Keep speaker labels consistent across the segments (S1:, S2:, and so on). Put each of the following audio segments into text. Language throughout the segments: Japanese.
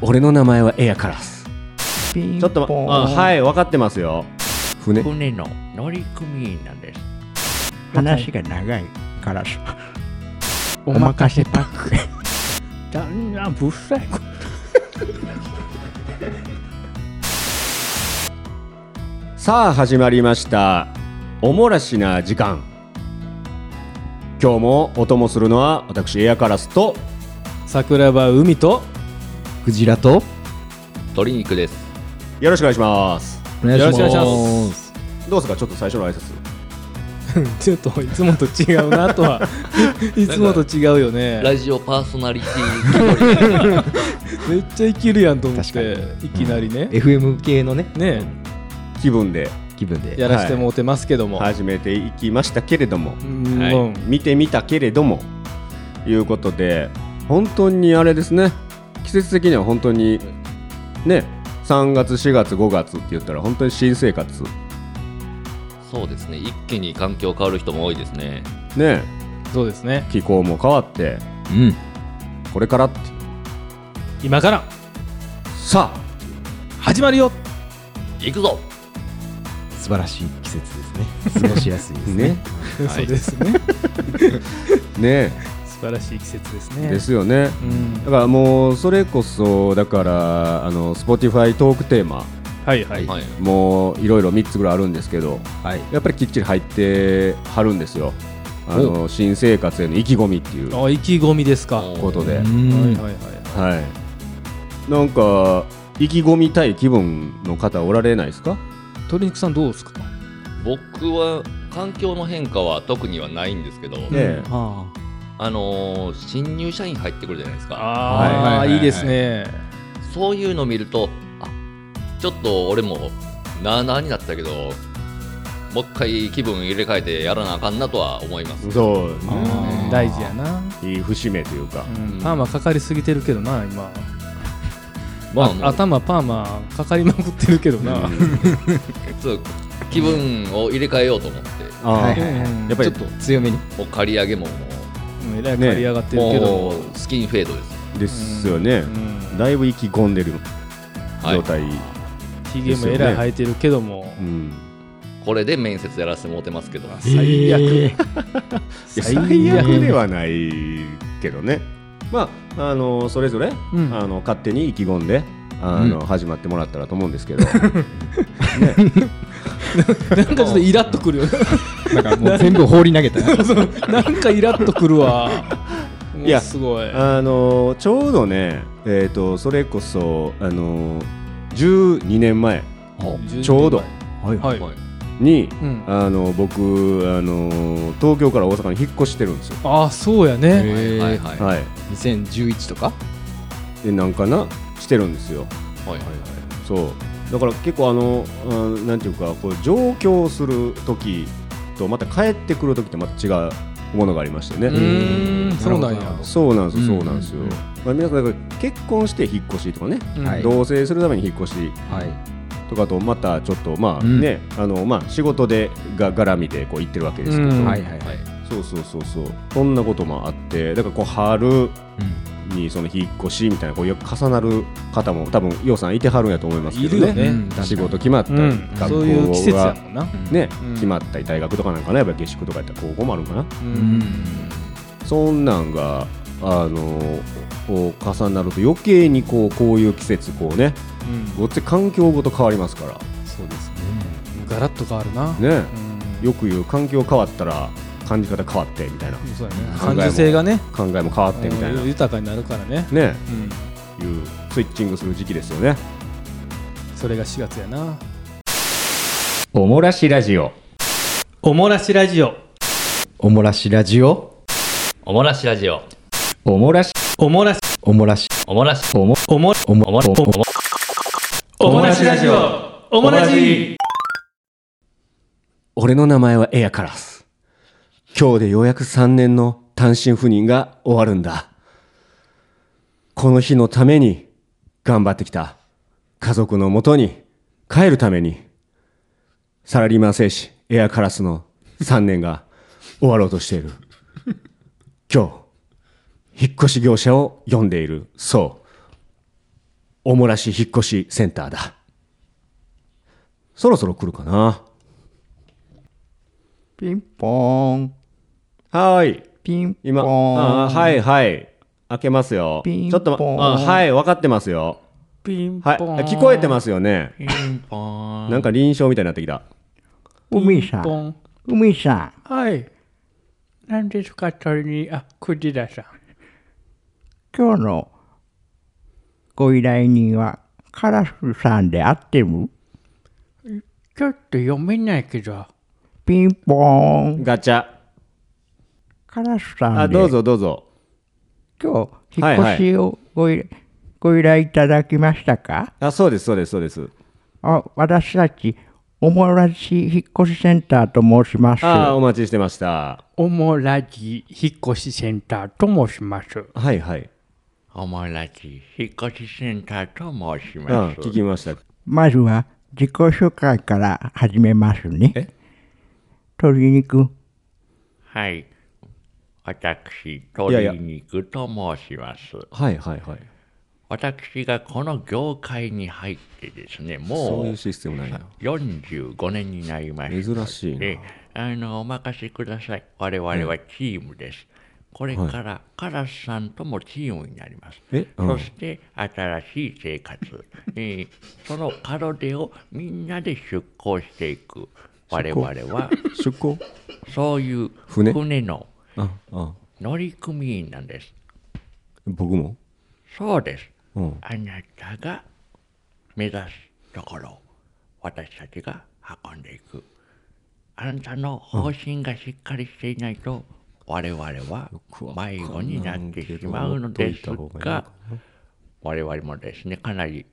S1: 俺の名前はエアカラス
S2: ピン
S1: ちょっと、
S2: ポン
S1: あはい分かってますよ船
S2: 船の乗組員なんです話が長いからさお任せパックだんだんぶっさい
S1: さあ始まりましたおもらしな時間今日もお供するのは私エアカラスと
S3: 桜庭海と
S4: クジラと
S5: 鶏肉です。
S1: よろしくお願いします
S4: お
S3: よろしくお願いし
S4: 願いし
S3: ま
S4: ます
S3: す
S1: どうですかちょっと最初の挨拶
S3: ちょっといつもと違うなとはいつもと違うよね
S5: ラジオパーソナリティ
S3: めっちゃいけるやんと思って
S4: 確か
S3: いきなりね、
S4: FM 系のね
S3: ね
S1: 気分で
S4: 気分で
S3: やらせてもうてますけども、
S1: 始めていきましたけれども
S3: うん
S5: はい
S3: うん
S1: 見てみたけれどもいうことで本当にあれですね季節的には本当にね3月4月5月って言ったら本当に新生活
S5: そうですね。一気に環境変わる人も多いですね。
S1: ね
S3: そうですね
S1: 気候も変わって
S4: うん
S1: これからって
S3: 今から
S1: さあ
S3: 始まるよ
S5: 行くぞ。
S4: 素晴らしい季節ですね過ごしやすいですね
S1: ね
S5: は
S3: そう
S5: い
S3: ですね
S1: ね
S3: 素晴らしい季節ですね
S1: ですよね
S3: うん
S1: だからもうそれこそだからあの Spotify トークテーマ
S3: はいはい、
S5: はい。
S1: もういろいろ3つぐらいあるんですけど
S4: はい
S1: やっぱりきっちり入ってはるんですよあの新生活への意気込みっていう
S3: あ意気込みですか、は
S1: ことで、
S3: い
S4: ん
S3: はいはい
S1: はい。なんか意気込みたい気分の方おられないですか？
S3: 鶏肉さんどうですか
S5: 僕は環境の変化は特にはないんですけど、
S1: ええ
S4: あ
S5: あのー新入社員入ってくるじゃないですか。
S3: ああ、
S4: はいはいはい
S3: い
S4: はい
S3: いですね
S5: そういうの見ると、あ、ちょっと俺もなあなあになったけど、もう一回気分入れ替えてやらなあかんなとは思います。
S1: そう、
S3: うん大事やな、
S1: いい節目というか
S3: う。ん、パーマかかりすぎてるけどな今
S5: まあ
S3: あ
S5: もう
S3: 頭パーマかかりまくってるけどな、
S5: そう気分を入れ替えようと思って、
S1: ああ、
S4: はい
S3: うん
S1: やっぱり
S3: ちょっ
S4: 強めに
S5: もう刈り上げもも
S3: と、えらい刈り上がって
S5: う
S3: るけど、
S5: もうスキンフェードで
S1: で
S5: す。
S1: すよね。だいぶ意気込んでる
S5: はい
S1: 状態。
S3: ひげ、もえらい生えてるけども、
S1: うん。
S5: これで面接やらせてもらってますけど、
S3: 最悪、
S1: いや最悪ではないけどね。まああのそれぞれ、
S3: うん
S1: あの勝手に意気込んで。あの、始まってもらったらと思うんです けど
S3: なんかちょっとイラッとくるよね
S4: なんかもう全部放り投げた
S3: そうなんかイラッとくるわ
S1: いや
S3: もうすごい
S1: あのちょうどね、えー、とそれこそあの12年前ちょうど
S4: はい
S3: はい、
S5: はい
S1: に、
S3: うん
S1: あの僕あの東京から大阪に引っ越してるんですよ。
S3: ああそうやね、
S4: え
S5: はい
S4: ー
S5: はいはい
S1: はい。
S4: 2011とか
S1: でなんかなしてるんですよ。
S5: はい
S1: そう。だから結構あのあのなんていうかこう上京する時とまた帰ってくる時ってまた違うものがありましてね。
S3: うーんそうなんや
S4: なるほど
S1: そうなんですよ、
S4: うん
S1: そうなんですよ。
S4: うん
S1: まあ皆さんだから結婚して引っ越しとかね、
S3: うん
S4: はい
S1: 同棲するために引っ越し
S4: はい
S1: とかとまたちょっとまあ
S4: うん
S1: ね、あのまあ仕事でが絡みでこう行ってるわけですけど、
S3: うん
S4: はいはい
S5: はい
S1: そうそうそうそうそんなこともあってだからこう春にその引っ越しみたいなこうよく重なる方も多分ようさんいてはるんやと思いますけど
S3: いるよ
S1: ね
S3: ね
S1: 仕事決まったり、
S3: うん
S1: 学校が
S3: そういう季節やもんな、
S1: ね、
S3: うん
S1: 決まったり大学とかなんかねやっぱり下宿とかやったら高校もあるんかな
S3: う
S4: うんん
S1: そんなんがあのこう重なると余計にこうこういう季節こうねごっつい環境ごと変わりますか
S4: そうですね
S3: うんガラッと変わるな、
S1: らね
S3: うん、
S1: よく言う環境変わったら感じ方変わってみたいな
S3: そうやね
S1: 考えも
S3: 感受性がね
S1: 考えも変わってみたいな
S3: うん豊かになるからね、
S1: ね
S3: うん、
S1: いうスイッチングする時期ですよね
S3: それが4月やな
S1: おもらしラジオ
S3: おもらしラジオ
S4: おもらしラジオ
S5: おもらしラジオ
S4: おもらし
S3: おもらし
S4: おもらし
S5: おもらし
S4: おも
S3: おも
S4: おもおも
S5: おも
S3: おもらしラジオおもらし
S1: 俺の名前はエアカラス今日でようやく3年の単身赴任が終わるんだこの日のために頑張ってきた家族のもとに帰るためにサラリーマン精神エアカラスの3年が終わろうとしている今日引っ越し業者を呼んでいるそうおもらし引っ越しセンターだ。そろそろ来るかな。
S6: ピンポーン。
S1: はーい。
S6: ピンポーン。
S1: 今、あーはいはい。開けますよ。
S6: ピン
S1: ちょっとま、
S6: ポン
S1: あーはい、分かってますよ。
S7: ピンポ
S1: はい。
S7: ン。
S1: 聞こえてますよね。
S8: ピンポーン。
S1: なんか臨床みたいになってきた。
S6: 海さ
S7: ピンポ
S6: ん。
S7: ン。
S6: 海さん。
S7: はい。何ですか、鳥に。あ、クジラさん。
S6: 今日のご依頼人はカラスさんであってる
S7: ちょっと読めないけど。
S6: ピンポーン。
S1: ガチャ。
S6: カラスさんで。
S1: あ、どうぞどうぞ。
S6: 今日、引っ越しをご依,、ご依頼いただきましたか
S1: あ、そうですそうですそうです。
S6: あ私たち、おもらし引っ越しセンターと申します。
S1: あ ーお待ちしてました。
S7: おもラジ引っ越しセンターと申します。
S1: はいはい。
S8: おもらち引っ越しセンターと申し
S1: うん、
S8: ます。
S1: 聞きました。
S6: まずは自己紹介から始めますね
S1: え。
S6: 鶏肉、
S8: はい。私、
S1: いやいや
S8: 鶏肉と申します。
S1: はいはいはい。
S8: 私がこの業界に入ってですね、も
S1: そういううシステムなんや。
S8: 45年になりましたので。
S1: 珍しいな
S8: あの、お任せください。我々はチームです。これから、カラスさんともチームになります。
S1: えうん
S8: そして、新しい生活、えーその門出をみんなで出航していく。我々は、
S1: 出航
S8: そういう
S1: 船
S8: 船の
S1: あ、あ、
S8: 乗組員なんです。
S1: 僕も
S8: そうです。
S1: うん。
S8: あなたが目指すところを私たちが運んでいく。あなたの方針がしっかりしていないと、我々は迷子になってしまうのです
S1: よくわかんないけどほっといた方がいいのか
S8: が
S1: な、
S8: 我々もですね、かなり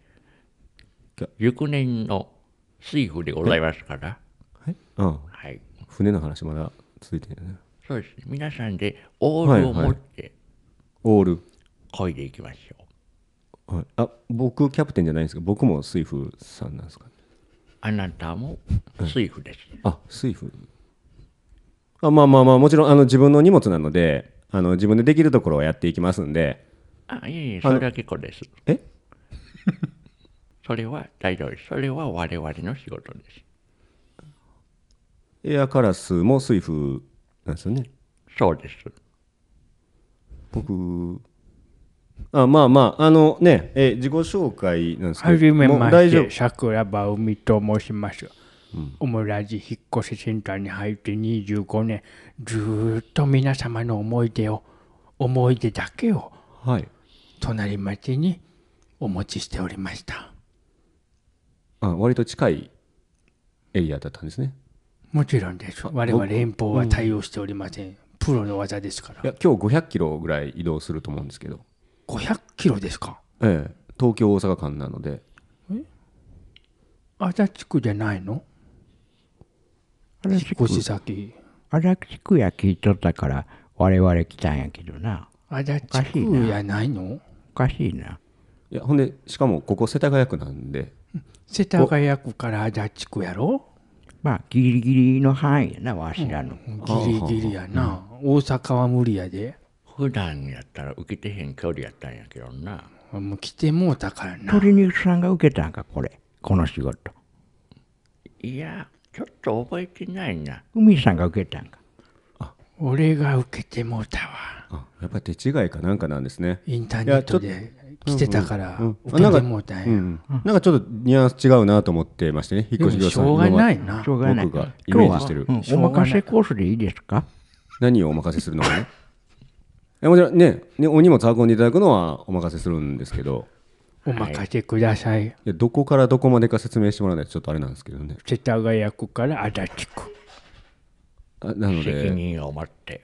S8: 熟年の水夫でございますから、
S1: はい。うん。
S8: はい。
S1: 船の話まだ続いてるね。
S8: そうですね、皆さんでオールを持って
S1: オール。
S8: 漕いでいきましょう。
S1: はい、あ僕キャプテンじゃないんですか僕も水夫さんなんですか、
S8: あなたも水夫です。
S1: あ水夫あまあまあまあもちろんあの自分の荷物なのであの自分でできるところはやっていきますんで
S8: あ、いえいえ、それは結構です。
S1: え
S8: それは大丈夫です。それは我々の仕事です。
S1: エアカラスも水夫なんですよね
S8: そうです。
S1: 僕あまあまああのねえ自己紹介なんですけど
S7: はじめ
S1: も
S7: ま
S1: う大
S7: し
S1: 丈
S7: て、
S1: 夫
S7: 桜庭海と申します。オムラジ引っ越しセンターに入って25年、ずーっと皆様の思い出を、思い出だけを
S1: はい
S7: 隣町にお持ちしておりました。
S1: あ割と近いエリアだったんですね
S7: もちろんです。我々連邦は対応しておりません。プロの技ですか
S1: い
S7: ら。
S1: や今日500キロぐらい移動すると思うんですけど、
S7: 500キロですか
S1: ええ、東京大阪間なので
S7: 足立区じゃないの引っ
S6: 足立区
S7: 越し先。
S6: 足立区や聞いとったから我々来たんやけどな。
S7: 足立
S6: かしい
S7: 区
S6: な
S7: じゃないの
S6: おかしいな。
S1: いやほんでしかもここ世田谷区なんで
S7: 世田谷区から足立区やろ
S6: まあギリギリの範囲やな、わしらの。
S7: ギリギリやな。大阪は無理やで。
S8: 普段やったら受けてへん距離やったんやけどな。
S7: もう来てもうたからな。
S6: 鶏肉さんが受けたんか、これ。この仕事。
S8: いや、ちょっと覚えてないな。
S6: 海さんが受けたんか。
S7: 俺が受けてもうたわ。
S1: あやっぱり手違いかなんかなんですね。
S7: インターネットで来てたから
S1: うんうん
S7: 受けてもうた
S1: うん
S7: や。
S1: ん、なんかちょっとニュアンス違うなと思ってましてね、引っ
S7: で
S1: 越し
S7: も
S1: 業
S7: し
S1: 者さん
S7: ょうがない
S1: 今
S7: な
S6: し。ょうがない。
S1: 僕がイ
S6: 今
S1: メー
S6: 日は
S1: ジしてる
S6: うんお任せコースでいいですか
S1: 何をお任せするのかね。 えもちろんねね、お荷物運んでいただくのはお任せするんですけど、
S7: お任せください。
S1: いやどこからどこまでか説明してもらわないとちょっとあれなんですけどね。
S7: 世田谷区から足立区。
S1: あなの
S8: 責
S1: で、
S8: 任を持って、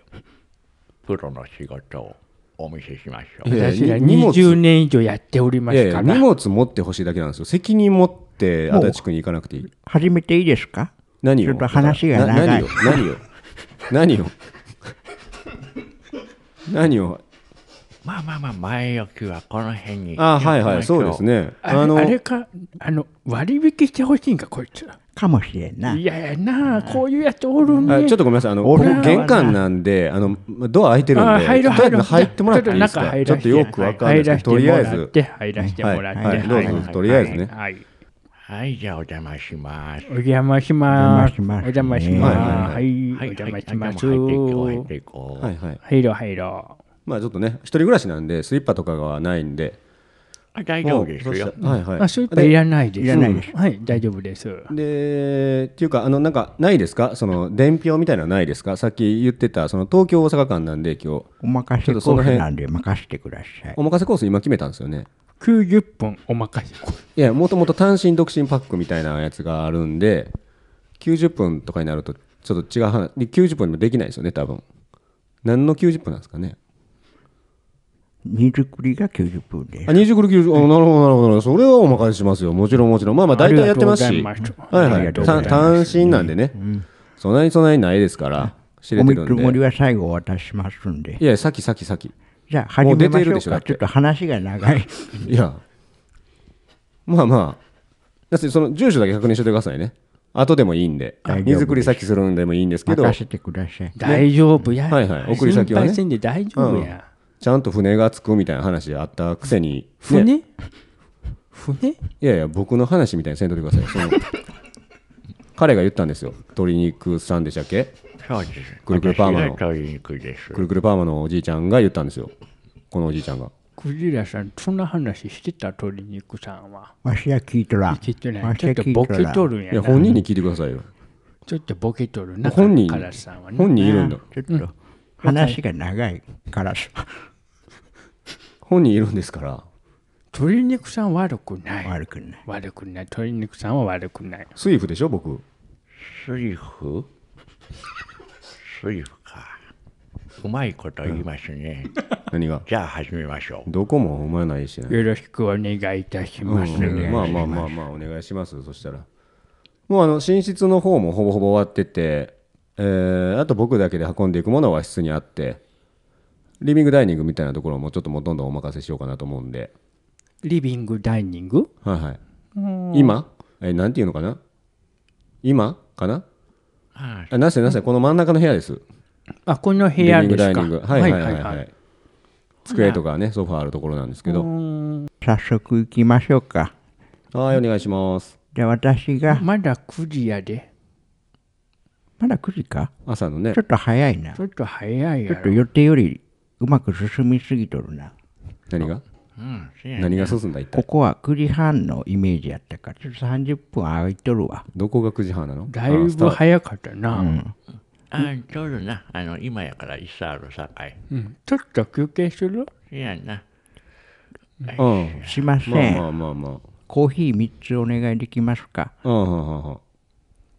S8: プロの仕事をお見せしましょ
S1: いや
S7: 私ら
S1: に荷物
S7: 20年以上やっておりま
S1: いやい
S7: す
S1: や
S7: から
S1: 荷。物持ってほしいだけなんですよ。責任持って
S6: も
S1: 足
S6: う
S1: 立区に行かなくていい。
S6: 始めていいですか
S1: 何を
S6: ちょっと話が
S1: な
S6: 長
S1: 何
S6: い
S1: を何を何を何を
S8: う。まあまあまあ、前置きはこの辺に。
S1: あはいはい、そうです。ね。
S7: あれ
S1: の
S7: あれか、あの割引してほしいんか、こいつら。
S6: かもしれんな。
S7: いやいやなあ、こういうやつおるん
S1: あ
S7: ね。
S1: ちょっとごめんなさい、あの、こ
S6: 俺
S1: こ
S6: らはな
S1: 玄関なんで、あの、ドア開いてるん
S7: あ
S1: で、
S7: 入
S1: ち
S7: る
S1: ょっと
S7: 入る。
S1: 入ってもらっていいです
S7: ちょっと
S1: か
S7: 中入
S1: ちょ
S7: ら
S1: っと
S7: せて
S1: よくわかんないですけど、とりあえず、
S7: 入らしてもらって、
S1: は
S7: 入
S1: い
S7: らしてもらっ
S1: は
S7: て。
S1: いどうぞとりあえずね
S7: はいはい
S8: はい、じゃあお邪魔します。
S7: お邪魔します。
S6: お
S7: お
S6: 邪
S7: 邪
S6: 魔
S7: 魔
S6: し
S7: し
S6: ます
S7: ます。はい、お
S8: はい、
S7: 邪魔し
S8: は
S7: ま
S8: い
S7: す。
S8: じゃあもう入って
S7: 入
S8: いこう、
S1: は
S8: 入っていこ
S1: い
S8: う。
S1: はい。
S7: ろ入ろ。
S1: まあちょっとね、一人暮らしなんで、スリッパとかはないんで、
S8: あ大丈夫です
S1: もうそ
S8: よ
S1: う。したはいはい。
S7: あ、そういっぱいいらないです。
S6: いらないです
S7: はい、大丈夫です。
S1: で、っていうか、あの、なんか、ないですかその、伝票みたいなのないですかさっき言ってた、その、東京、大阪間なんで、今日、
S6: お任せ
S1: ちょっとそ
S6: コ
S1: の
S6: ース
S1: 辺
S6: なんで任せてください。
S1: お任せコース今決めたんですよね。
S7: 90分お任せ。
S1: いや、もともと単身独身パックみたいなやつがあるんで、90分とかになると、ちょっと違う話、で90分にもできないですよね、多分何の90分なんですかね。
S6: 荷造りが90分で
S1: あ、
S6: す。
S1: 20クル90、あなるほど、なるほどなるほど、それはお任せしますよ、もちろん、もちろん。まあまあ、大体やってます
S7: あり
S1: し、
S7: がとうございます
S1: はい
S6: あり
S1: は
S6: が
S1: い、
S6: とうござい
S1: 単
S6: ます
S1: 単身なんでね、そんなにそんなにないですから、知れ
S6: お
S1: て
S6: 見
S1: る
S6: 積
S1: ん
S6: もり
S1: で。
S6: は最後お渡ししますんで
S1: い。や、先、先、先。
S6: じゃあ始めまし
S1: もう出てる
S6: ょう
S1: でしょだ
S6: か。
S1: って
S6: ちょっと話が長い。
S1: いや、まあまあ、だってその住所だけ確認しててくださいね。後でもいいんで、
S6: 大丈夫で
S1: 荷
S6: す
S1: 造り先するんでもいいんですけど、
S6: 任せてください。
S7: 大丈夫や。
S1: はいはい送り先はね
S7: 心配せんで大丈夫や。
S1: ちゃんと船が着くみたいな話あったくせに、ね
S7: 船船
S1: いやいや、僕の話みたいにせんといてください。その 彼が言ったんですよ。鶏肉さんでしたっけ
S8: そうです。
S1: くるくるパーマの
S8: 私が取りにくいです
S1: く。るくるパーマのおじいちゃんが言ったんですよ。このおじいちゃんが。
S7: クジラさん、そんな話してた鶏肉さんは。
S6: わしは聞いとらん。
S7: 聞いてな
S6: わ
S7: い。
S6: し
S7: ちょ
S6: は
S7: っと
S6: 聞い
S7: ボ
S6: と
S7: ケ
S6: らん。
S7: とるんや
S1: いや、
S7: な。
S1: 本人に聞いてくださいよ。
S7: ちょっとボケとるな。
S1: 本人
S7: カラスさんはね。
S1: 本人いるんだ。
S6: ちょっと話が長いからさ。
S1: 本人いるんですから。
S7: 鶏肉さん悪くない。
S6: 悪くない。
S7: 悪くない。鶏肉さんは悪くない。
S1: スイフでしょ、僕。
S8: スイフスイフか。うまいこと言いますね。
S1: 何が。
S8: じゃあ始めましょう。
S1: どこもお前ないしね。
S7: よろしくお願いいたします。
S1: うんまあまあまあまあお願いしますそしたらもうあの寝室の方もほぼほぼ終わってて、えーあと僕だけで運んでいくものは和室にあってリビングダイニングみたいなところもちょっともうどんどんお任せしようかなと思うんで
S7: リビング、ダイニング
S1: はいはい今えーなんていうのかな今かな
S8: あ
S1: あなせなせこの真ん中の部屋です
S7: あ、この部
S1: リビ
S7: 屋
S1: ング
S7: で
S1: ダ
S7: す
S1: イ
S7: か。
S1: ニングはいはいはいはい、机とかねソファーあるところなんですけど
S6: 早速行きましょうか。
S1: はいお願いします
S6: じゃあ私が、
S7: まだ9時やで。
S6: まだ9時か
S1: 朝のね
S6: ちょっと早いな。
S7: ちょっと早い
S6: ちょ
S7: や
S6: っと
S7: ろ。
S6: 予定よりうまく進みすぎとるな。
S1: 何が
S8: うん、せや
S1: 何が進んだ一
S6: こ
S1: 体
S6: こは9時半のイメージやったから、ちょっと30分空いとるわ。
S1: どこが9時半なの
S7: だいぶ早かったな。
S8: あちょうどな、あの、今やから一切あるさかい。
S7: うんちょっと休憩する
S8: せやな。
S1: うん
S6: しません。
S1: まあまあまあま
S6: コーヒー3つお願いできますか。
S1: あ。うんうんうんうん。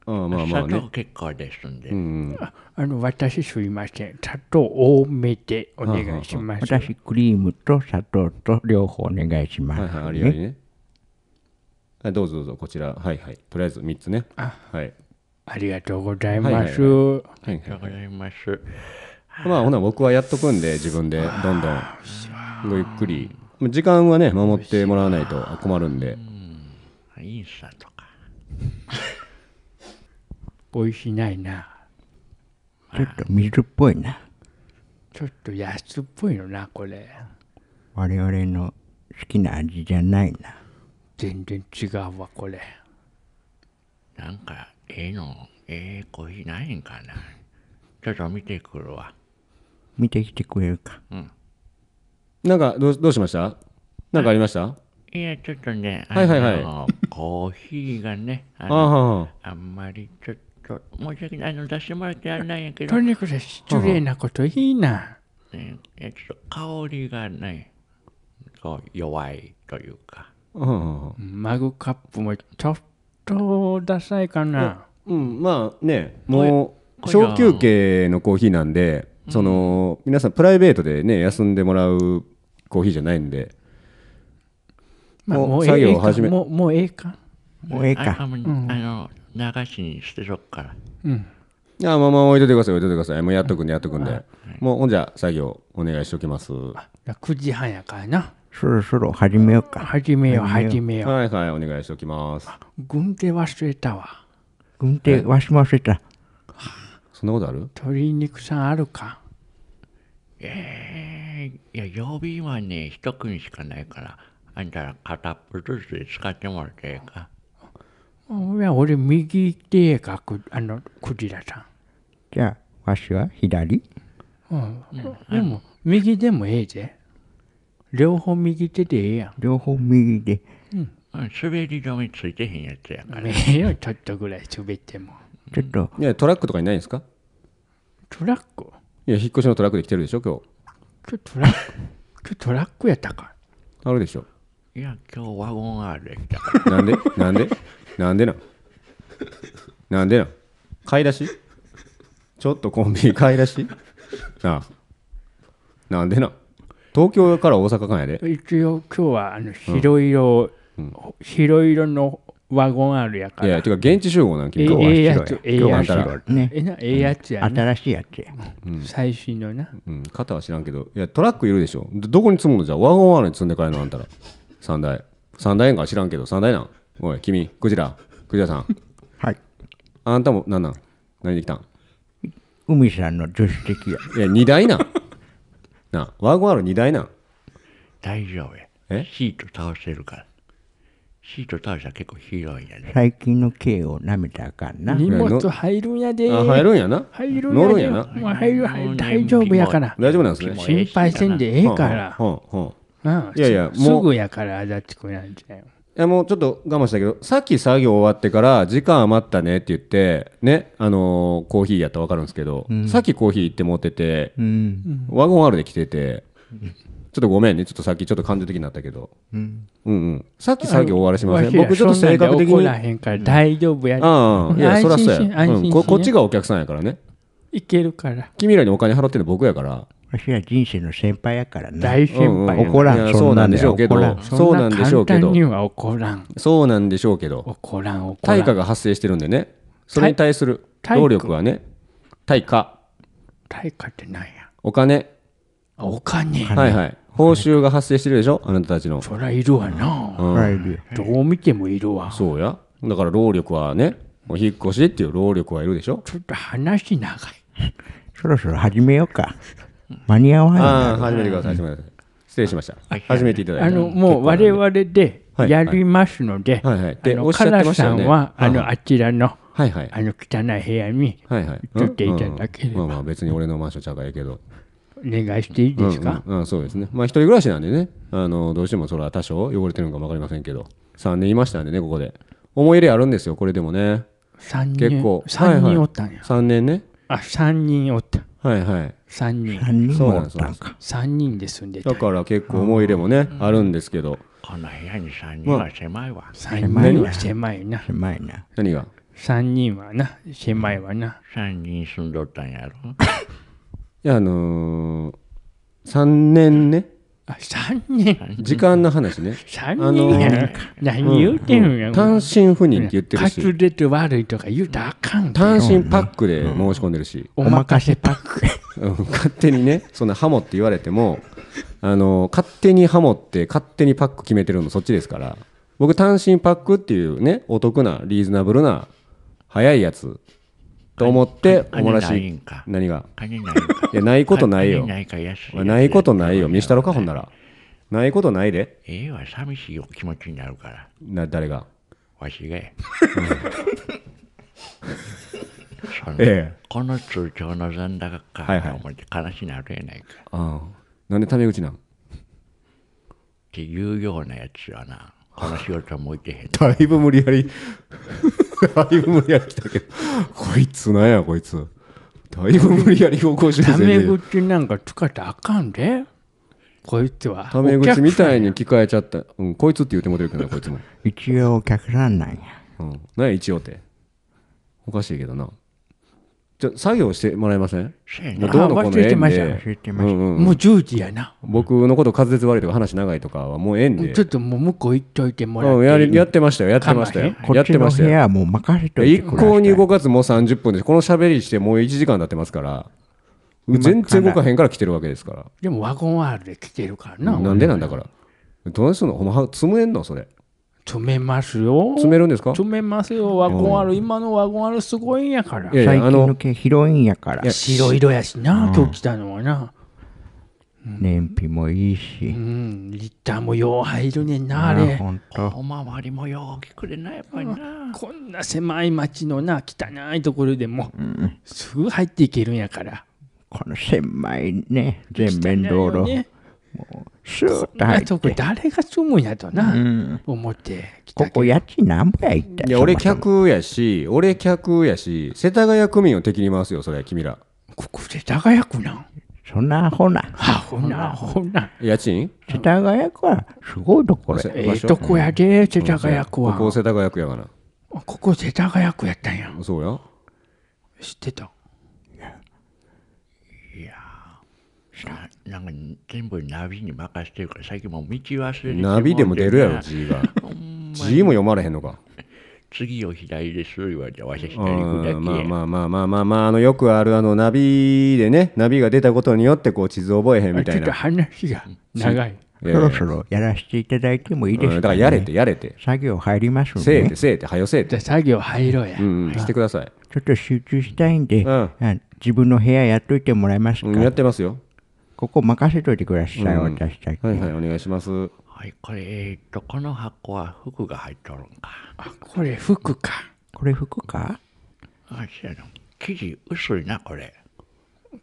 S1: うんまあまあ
S8: 砂糖
S1: ね。
S8: 結構ですんで。
S7: あの、私すいません。砂糖多めでお願いします。
S6: 私、クリームと砂糖と両方お願いします。
S1: はいはい、ありありね。はい、どうぞどうぞ、こちら。はいはい。とりあえず3つね。はい。
S7: ありがとうございます。
S1: はいはい
S8: ありがとうございます。
S1: まあほな、僕はやっとくんで、自分でどんどん。ごゆっくり。時間はね、守ってもらわないと困るんで。
S8: インスタとか。
S7: 美味しないな。
S6: ちょっと水っぽいな。
S7: ちょっと安っぽいのな、これ。
S6: 我々の好きな味じゃないな。
S7: 全然違うわ、これ。
S8: なんか、ええの、ええコーヒーないんかな。ちょっと見てくるわ。
S6: 見てきてくれるか。
S1: なんか、どうどうしましたなんかありました
S8: いや、ちょっとね、
S1: はいはいはい
S8: あのコーヒーがね、あ
S1: あ
S8: の
S1: あ、は
S8: あんまりちょっと、申し訳ないあの出してもらってあれなんやけど、
S7: とにかく失礼なこといいな。
S8: ね、いやちょっと香りがね、こう弱いというか、
S1: あうんうんうん
S7: マグカップもちょっとダサいかな。
S1: うん、まあね、もう
S8: これ
S1: 小休憩のコーヒーなんで、その皆さんプライベートでね休んでもらうコーヒーじゃないんで、
S7: まあ、
S1: もう
S7: もうえ
S1: 作
S7: え
S1: 業
S7: か
S1: 始め
S7: もうもうええか。
S6: もうええ
S8: あ
S6: か。
S8: あんまりあの流しに捨てとくから、
S1: あまあまあ置いといてください置いといてくださいもうやっとくんでやっとくんで、もうほんじゃ作業お願いしておきますは
S7: 9時半やからな。
S6: そろそろ始めようか。
S7: 始めよう、始め
S1: い
S7: よう。
S1: はいお願いしておきます
S7: 軍手忘れたわ。
S6: 運転忘れませた。
S1: そんなことある
S7: 鶏肉さんあるか
S8: えー、いや、曜日はね、一組しかないから、あんたら片っぽずつで使ってもらっていいか。
S7: いや俺右手がくあのクジラさ
S6: じゃあ、わしは左
S7: ん、うんでも右でもええぜ両方右手でええやん
S6: 両方右で。
S8: うん、滑り止めついてへんやつやから。
S7: ええよちょっとぐらい滑っても
S6: ちょっと、
S1: いや、トラックとかにないんですか
S7: トラック
S1: いや、引っ越しのトラックで来てるでしょ、今日。
S7: 今日トラック今日トラックやったか
S1: あるでしょ。
S8: いや、今日ワゴン R できたから。
S1: なんでなんでなんでなんなんでなん買い出しちょっとコンビニ買い出しなあなんでなん東京から大阪間やで
S7: 一応今日はあの白色、白色のワゴンあるやか
S1: い
S7: ら
S1: やてか現地集合なん
S7: え
S1: 君今日は
S7: ええやつええ
S1: 今
S7: や
S1: 日は白
S7: つ
S6: ね。
S7: えなええやつやな、
S6: 新しいやつや。
S7: 最新のな
S1: うん肩は知らんけどいやトラックいるでしょどどこに積むのじゃワゴンあるに積んで帰るのあんたら三台三台円か知らんけど三台なんおい君クジラクジラさん
S6: はい。
S1: あんたもなんなん何で来たん
S6: 海さんの助手席や。
S1: いや二台なんなあワゴンある二台なん
S8: 大丈夫や。
S1: え
S8: シート倒せるから。シート倒したら結構広いやね。
S6: 最近の刑を舐めたらあかんな。
S7: 荷物入るんやで
S1: あ入るんやな
S7: 入るんやで
S1: 乗るんやな
S7: もう入る入る大丈夫やから
S1: 大丈夫なんですね
S8: もう
S7: 心配せんでええから
S1: うんうんうんい
S7: うん
S1: いやいや
S7: す
S1: もう
S7: すぐやからあだちくなんて
S1: やもうちょっと我慢したけどさっき作業終わってから時間余ったねって言ってねあのーコーヒーやったら分かるんですけど、さっきコーヒー行って持ってて、
S6: うん。
S1: ワゴン R で来ててちょっとごめんねちょっとさっきちょっと感情的になったけど、うん、うんさっき作業終わらしません僕ちょっと性格的
S7: 怒ら
S1: に
S7: へんから大丈夫やで
S1: ああいやそら
S7: 安心
S1: そ
S7: し
S1: うや、
S7: 安心
S1: う
S7: し
S1: ん、ここっちがお客さんやからね
S7: いけるから
S1: 君らにお金払ってるの僕やから
S6: わしは人生の先輩やからな。
S7: 大先輩や
S6: 怒ら
S1: い
S6: ん
S1: や
S6: そん
S1: そう
S6: な
S1: なんん
S6: だ
S1: で
S6: よ
S1: しょうけ
S6: 怒らん
S1: どそうなんでしょうけ
S7: 簡単
S1: ど
S7: には怒らん
S1: そうなんでしょうけど
S7: 怒らん怒らん
S1: 対価が発生してるんでねそれに対する
S7: 対
S1: 労力はね対価
S7: 対価ってなんや
S1: お金
S7: あお金
S1: はいはい報酬が発生してるでしょあなたたちの
S7: そらいるわな
S1: うん
S6: 怒られるよ
S7: どう見てもいるわ
S1: そうやだから労力はねもう引っ越しっていう労力はいるでしょ
S7: ちょっと話長い
S6: そろそろ始めようか。間に合わない
S1: ああ始めてください始めてください失礼しました始めていただ
S7: あ
S1: いて
S7: のもう我々で
S1: はい
S7: やりますので、
S1: はいはいで
S7: あの
S1: おっしゃってましたよね
S7: カラさんはあ
S1: はい
S7: のあちらの
S1: はいはい
S7: あの汚い部屋に
S1: はいはい
S7: 撮っていただければ
S1: うんうんまあまあ別に俺のマンションちゃうからええけど
S7: お願いしていいですか、
S1: うんうんうんそうですねまあ一人暮らしなんでねあのどうしてもそれは多少汚れてるのかも分かりませんけど3年いましたんでねここで思い入れあるんですよこれでもね
S7: 三
S1: 結構
S7: 人三人おったんや、
S1: 3年ね
S7: あ三人おった
S1: はいはい
S7: 三人
S6: 何人
S1: そう
S6: も
S1: なん
S6: おっ
S1: です
S6: たんか。
S7: 三人で住んでた
S1: だから結構思い入れもねあるんですけど
S8: この部屋に3人は狭いわ。
S7: 三人は狭いな
S6: 狭いな。
S1: 何が
S7: 三人はな狭いわな
S8: 3人住んどったんや
S1: い
S8: ろ。
S1: やあの3年ね
S7: あ三人
S1: 時間の話ね
S7: 三人やん、
S1: あ
S7: 何言うてんや、
S1: 単身赴任って言ってる
S7: 滑
S1: し
S7: 舌悪いとか言うたらあかんで
S1: 単身パックで申し込んでるし
S7: お任せ パック
S1: うん勝手にねそんなハモって言われてもあの勝手にハモって勝手にパック決めてるのそっちですから僕単身パックっていうねお得なリーズナブルな早いやつと思ってお
S8: 金
S1: もら
S8: 金ないん
S1: し
S8: か
S1: 何が
S8: 金ないんか。
S1: いやないことないよ
S8: 金ないか安いやつ
S1: ないことないよ見したろかほんならないことないで
S8: ええわ、寂しいお気持ちになるから。
S1: な誰が
S8: わしがや。その
S1: ええ
S8: この通帳の残高か、
S1: はいはい
S8: 思って悲しいなるやないか。っ
S1: ああなんでタメ口なん
S8: ていうようなやつはな、この仕事向いてへん。
S1: だいぶ無理やりだいぶ無理やり来たけどこいつなんやこいつだいぶ無理やり方向修
S7: タ
S1: 正
S7: メ
S1: で
S7: 口なんか使ったらあかんでこいつは
S1: タメ口みたいに聞かえちゃった。うん、こいつって言うてもてるけどな、こいつも。
S6: 一応お客さんなんや。
S1: うん。何や、一応って。おかしいけどな。じゃあ作業してもらえません
S8: せや
S1: も
S8: な
S1: うどうのこの
S7: 忘れて
S1: 縁
S7: ました
S1: で
S6: 忘れてま
S1: う
S6: し
S1: ん
S7: お客
S1: うん
S7: もう10時やな
S1: 僕のこと滑舌悪いとか話長いとかはもう縁で
S7: ちょ。っともう向こう行っといてもら
S1: うん、
S7: っ
S1: や
S7: ていい
S1: りやってましたよ、やってましたよ
S7: か。
S6: こ
S1: や
S6: っ
S1: っ
S6: ち
S1: て
S6: の
S1: ました
S6: 部
S1: よ。
S6: 屋はもう任せとい
S1: 一
S6: てくださ
S1: 向
S6: い。
S1: に動かずもう30分で、この喋りしてもう1時間経ってますから、全然動かへんから来てるわけですから。
S7: でもワゴン R で来てるからな
S1: なんでなんだから。どうすんのほんま、つむえんのそれ。
S7: 詰めますよ。
S1: 詰めるんですか
S7: 詰めますよ。ワゴンある、今のワゴンあるすごいんやから
S1: い。やい
S6: 最
S1: や、あ
S6: 近の
S1: の、
S6: 系広いんやから
S7: 白色やしな、今日来たのはな。
S6: 燃費もいいし
S7: うん、リッターもよう入るねんな、あ
S6: あ
S7: れ。
S6: ほんと
S8: おまわりもよう来てくれないやっぱりな。
S7: こんな狭い町のな、汚いところでも、すぐ入っていけるんやから。
S6: この狭いね全面道
S7: 汚
S6: 路
S7: いよね
S6: スーッと
S7: あ
S6: 入
S7: とこ
S6: って
S7: 誰が住むんやとな、
S6: ん
S7: 思って来
S6: こ
S7: たけど
S6: こ家賃なんぼやいった
S1: いや、俺客やし、俺客やし、世田谷区民を敵に回すよ、それ、君ら。
S7: ここ世田谷区なん
S6: そんなアホな
S7: あほなほな
S1: 家賃
S6: 世田谷区はすごいところや
S1: 場所
S7: ええとこやで世田谷区は
S1: ここ
S7: こ
S1: 世田谷区やがな。
S7: こ世田谷区やったんや
S1: そうや。
S7: 知ってた
S8: ななんか全部ナビに任せてるから最近もう道忘れて
S1: ナビでも出るやろ、
S8: て
S1: G が。G も読まれへんのか。
S8: 次を左です言われてわしは
S1: う
S8: 左行くだけや
S1: んまあまあまあまあまあまあ、あの、よくある、あの、ナビでね、ナビが出たことによって、こう、地図覚えへんみた
S7: ちょ
S1: い
S7: っと
S1: な。
S7: 話が長い
S1: い
S6: そ
S1: やいや
S6: ろそろやらせていただいてもいいで
S1: うん
S6: す
S1: だか
S6: か、
S1: ら、
S6: ね、
S1: やれて、やれて。
S6: 作業入りますん
S1: せ
S6: で、
S1: え
S6: ね
S1: て、、せえて、はよせえ
S7: じゃ
S1: て
S7: あ。作業入ろうや、
S1: うん、うんしてください。
S6: ちょっと集中したいんで、
S1: ん
S6: あ自分の部屋やっといてもらえますか、
S1: うん、やってますよ。
S6: ここ任せといてください、私たち、
S1: はいはい、お願いします。う
S8: はいこれえーっとこの箱は服が入っとるんか
S7: あこれ服か
S6: これ服か
S8: あそうやな生地薄いなこれ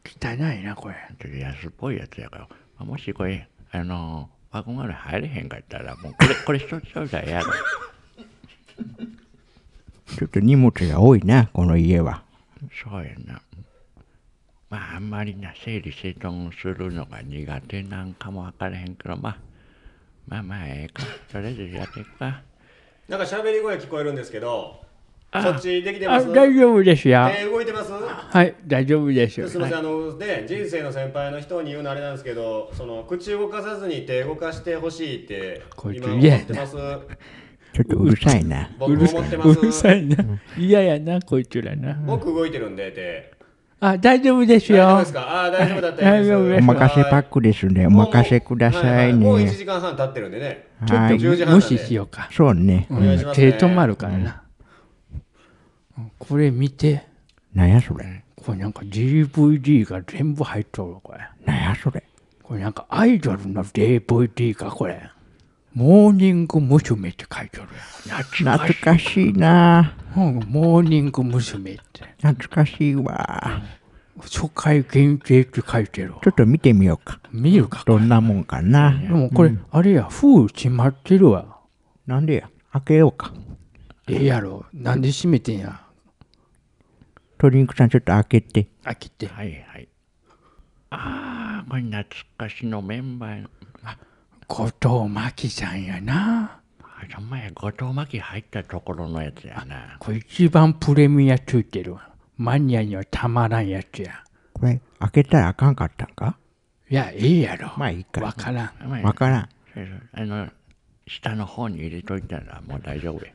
S7: 汚いなこれ
S8: ちょっと安っぽいやつやからあもしこれあのーワゴンまで入れへんかったらもう これこれ一つちょうだいやろ
S6: ちょっと荷物が多いな、この家は。
S8: そうやなまああんまりな整理整頓するのが苦手なんかもわからへんけどまあまあまあええかとりあえずやっていくか
S1: なんか喋り声聞こえるんですけど、そっちできて
S7: あ大丈夫ですよ
S1: 動いてます
S7: はい大丈夫ですよ
S1: すみません、あのね人生の先輩の人に言うのあれなんですけどその口動かさずに手動かしてほしいって
S7: こいつ
S1: 今思ってます
S6: ちょっとうるさいな。
S1: 僕
S7: うる
S1: 思
S7: さ
S1: って
S7: い
S1: ま
S7: う
S1: す
S7: るさいな嫌やなこいつらな
S1: 僕動いてるんで手
S7: あ大丈夫です
S1: 大丈夫
S7: よ
S1: ですかあー大丈夫だった
S7: 大丈夫で
S6: お
S7: す
S6: 任せパッ
S1: ク
S6: クですね、お任せください
S1: もう1
S6: ね。
S1: 時間半経ってるんでね
S7: ちょっ
S6: は
S7: と
S6: い
S1: 10時半なん
S7: 無
S1: で
S7: 視しようか
S6: そうね。
S1: お願いしますね
S7: 手止まるからな、うんこれ見て
S6: なんやそれ。
S7: これなんか DVD が全部入っとるこれ
S6: なんやそれ。
S7: これなんかアイドルの DVD かこれモーニング娘。って書いてある
S6: 懐かしいな。
S7: やん、うん、モーニング娘。って
S6: 懐かしいわ。
S7: 初回限定って書いてる
S6: ちょっと見てみようか。
S7: 見るか
S6: どんなもんかな
S7: で。もこれ、あれや封閉まってるわ
S6: なんでや、開けようか。
S7: ええやろなんで閉めてんや
S6: 鶏肉さん、ちょっと開けて。
S7: 開けて
S8: はいはい。ああ、これ懐かしのメンバー。
S7: 後藤真希さんやな
S8: あ、そんまや、後藤真希入ったところのやつやな。
S7: これ一番プレミアついてるわ。マニアにはたまらんやつや。
S6: これ、開けたらあかんかったんか
S7: いや、ええやろ。
S6: まあいいか
S7: わからん。
S8: まあ
S6: わからん。
S8: そうそうあの、下の方に入れといたらもう大丈夫や。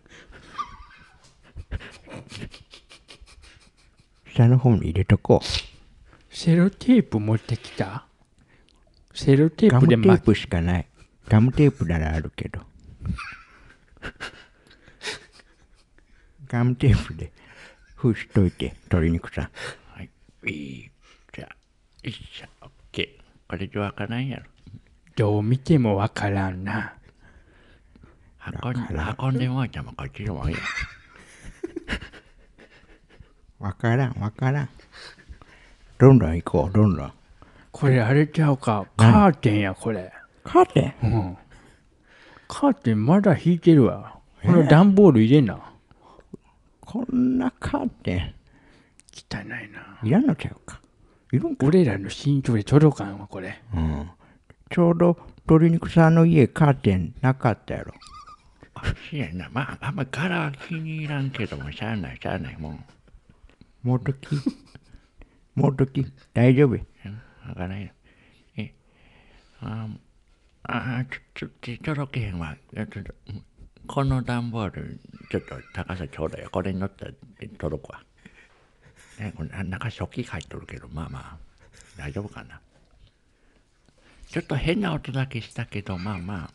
S6: 下の方に入れとこう。
S7: セロテープ持ってきたセロテ
S6: ガ
S7: ー
S6: ム
S7: プ
S6: テ
S7: で
S6: ー
S7: 巻く。
S6: プしかない。ガムテープならあるけど。ガムテープで封しといて、鶏肉さん。
S8: はい。いい。じゃあ、よいしょ、オッケー。これじゃわからんやろ。
S7: どう見てもわからんな。
S8: 運ん運んでもうたもんこっちでもいいや。
S6: わからん、わからん。どんどん行こう、どんどん。
S7: これあれちゃうか。カーテンや、これ。
S6: カーテン
S7: カーテンまだ引いてるわ。この段ボール入れな。
S6: こんなカーテ
S7: 汚いな。
S6: ン、いらんのちゃうか。いるんか。
S7: 俺らの身長で届かんわ、これ。
S6: ちょうど鶏肉さんの家、カーテンなかったやろ。
S8: あ、そうやな。まあ、あんま柄は気に入らんけども、しゃあない、しゃあない、もう。
S6: もうと き。もうとき。大丈夫や。
S8: わからんよ。え、あーあー、ちょ、ちょ、手届けへんわ。いやちょっと、うんこの段ボール、ちょっと高さちょうだいよ。これに乗ったら届くわ。ね、これ、あ中食器入っとるけど、まあまあ、大丈夫かな。ちょっと変な音だけしたけど、まあまあ、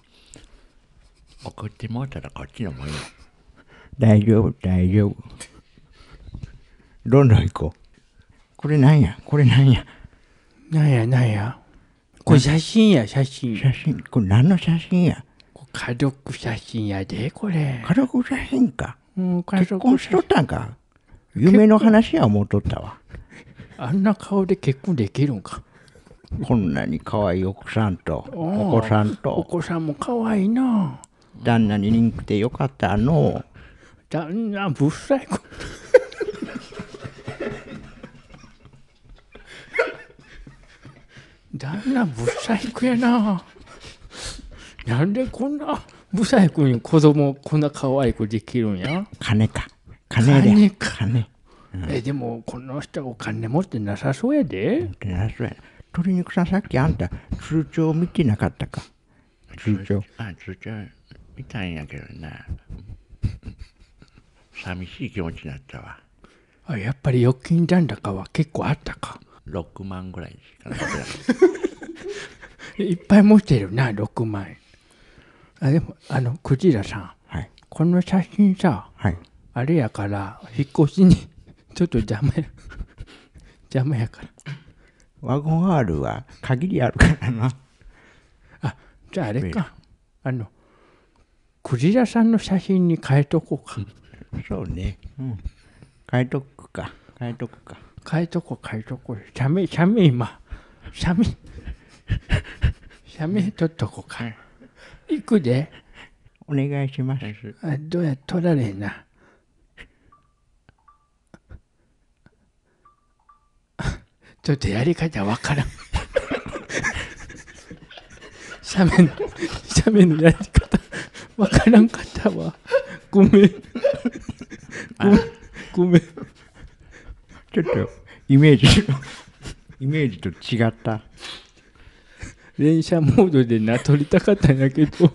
S8: 送ってもうたらこっちのもんよ。
S6: 大丈夫、大丈夫。どんどん行こう。これなんやこれなんや
S7: なんやなんやこれ写真や写真
S6: 写真、これ何の写真や
S7: これ家族写真やでこれ
S6: 家族写真か。
S7: うん家
S6: 結
S7: 族
S6: 婚しとったんか。夢の話や思うとったわ。
S7: あんな顔で結婚できるんか
S6: こんなに可愛い奥さんと、お子さん
S7: お
S6: と、
S7: 子さんも可愛いな
S6: 旦那に人気でよかったのう。
S7: 旦那ぶっさいこ旦那ぶっさいくやななんでこんな不細工に子供こんな可愛くできるんや、
S6: 金か。金で。
S7: 金か
S6: 金。
S7: えでもこの人お金持ってなさそうやで
S6: ってなそうやな。鶏肉さんさっきあんた通帳見てなかったか。通帳。
S8: あ、通帳見たんやけどな。 寂しい気持ちになったわ。
S7: あやっぱり預金残高は結構あったか
S8: 6万ぐらいしかなかった。
S7: いっぱい持ってるな6万円あでもあのクジラさん
S6: はい。
S7: この写真さ
S6: はい。
S7: あれやから引っ越しに ちょっと邪魔や 邪魔やから
S6: ワゴン R は限りあるからな。
S7: あじゃああれかあのクジラさんの写真に変えとこうか
S6: そうね。うん。変えとくか。変えとくか。
S7: 変えとこう変えとこう写メ写メ今写メ写メ撮っとこうか行くで
S6: お願いします。
S7: あどうや取られへんな。 ちょっとやり方わからん。 斜面の斜面のやり方わからんかったわ。ごめん。ごめん。ごめん。
S6: ちょっとイメージ の、イメージと違った。
S7: 連写モードでな撮りたかったんやけ ど、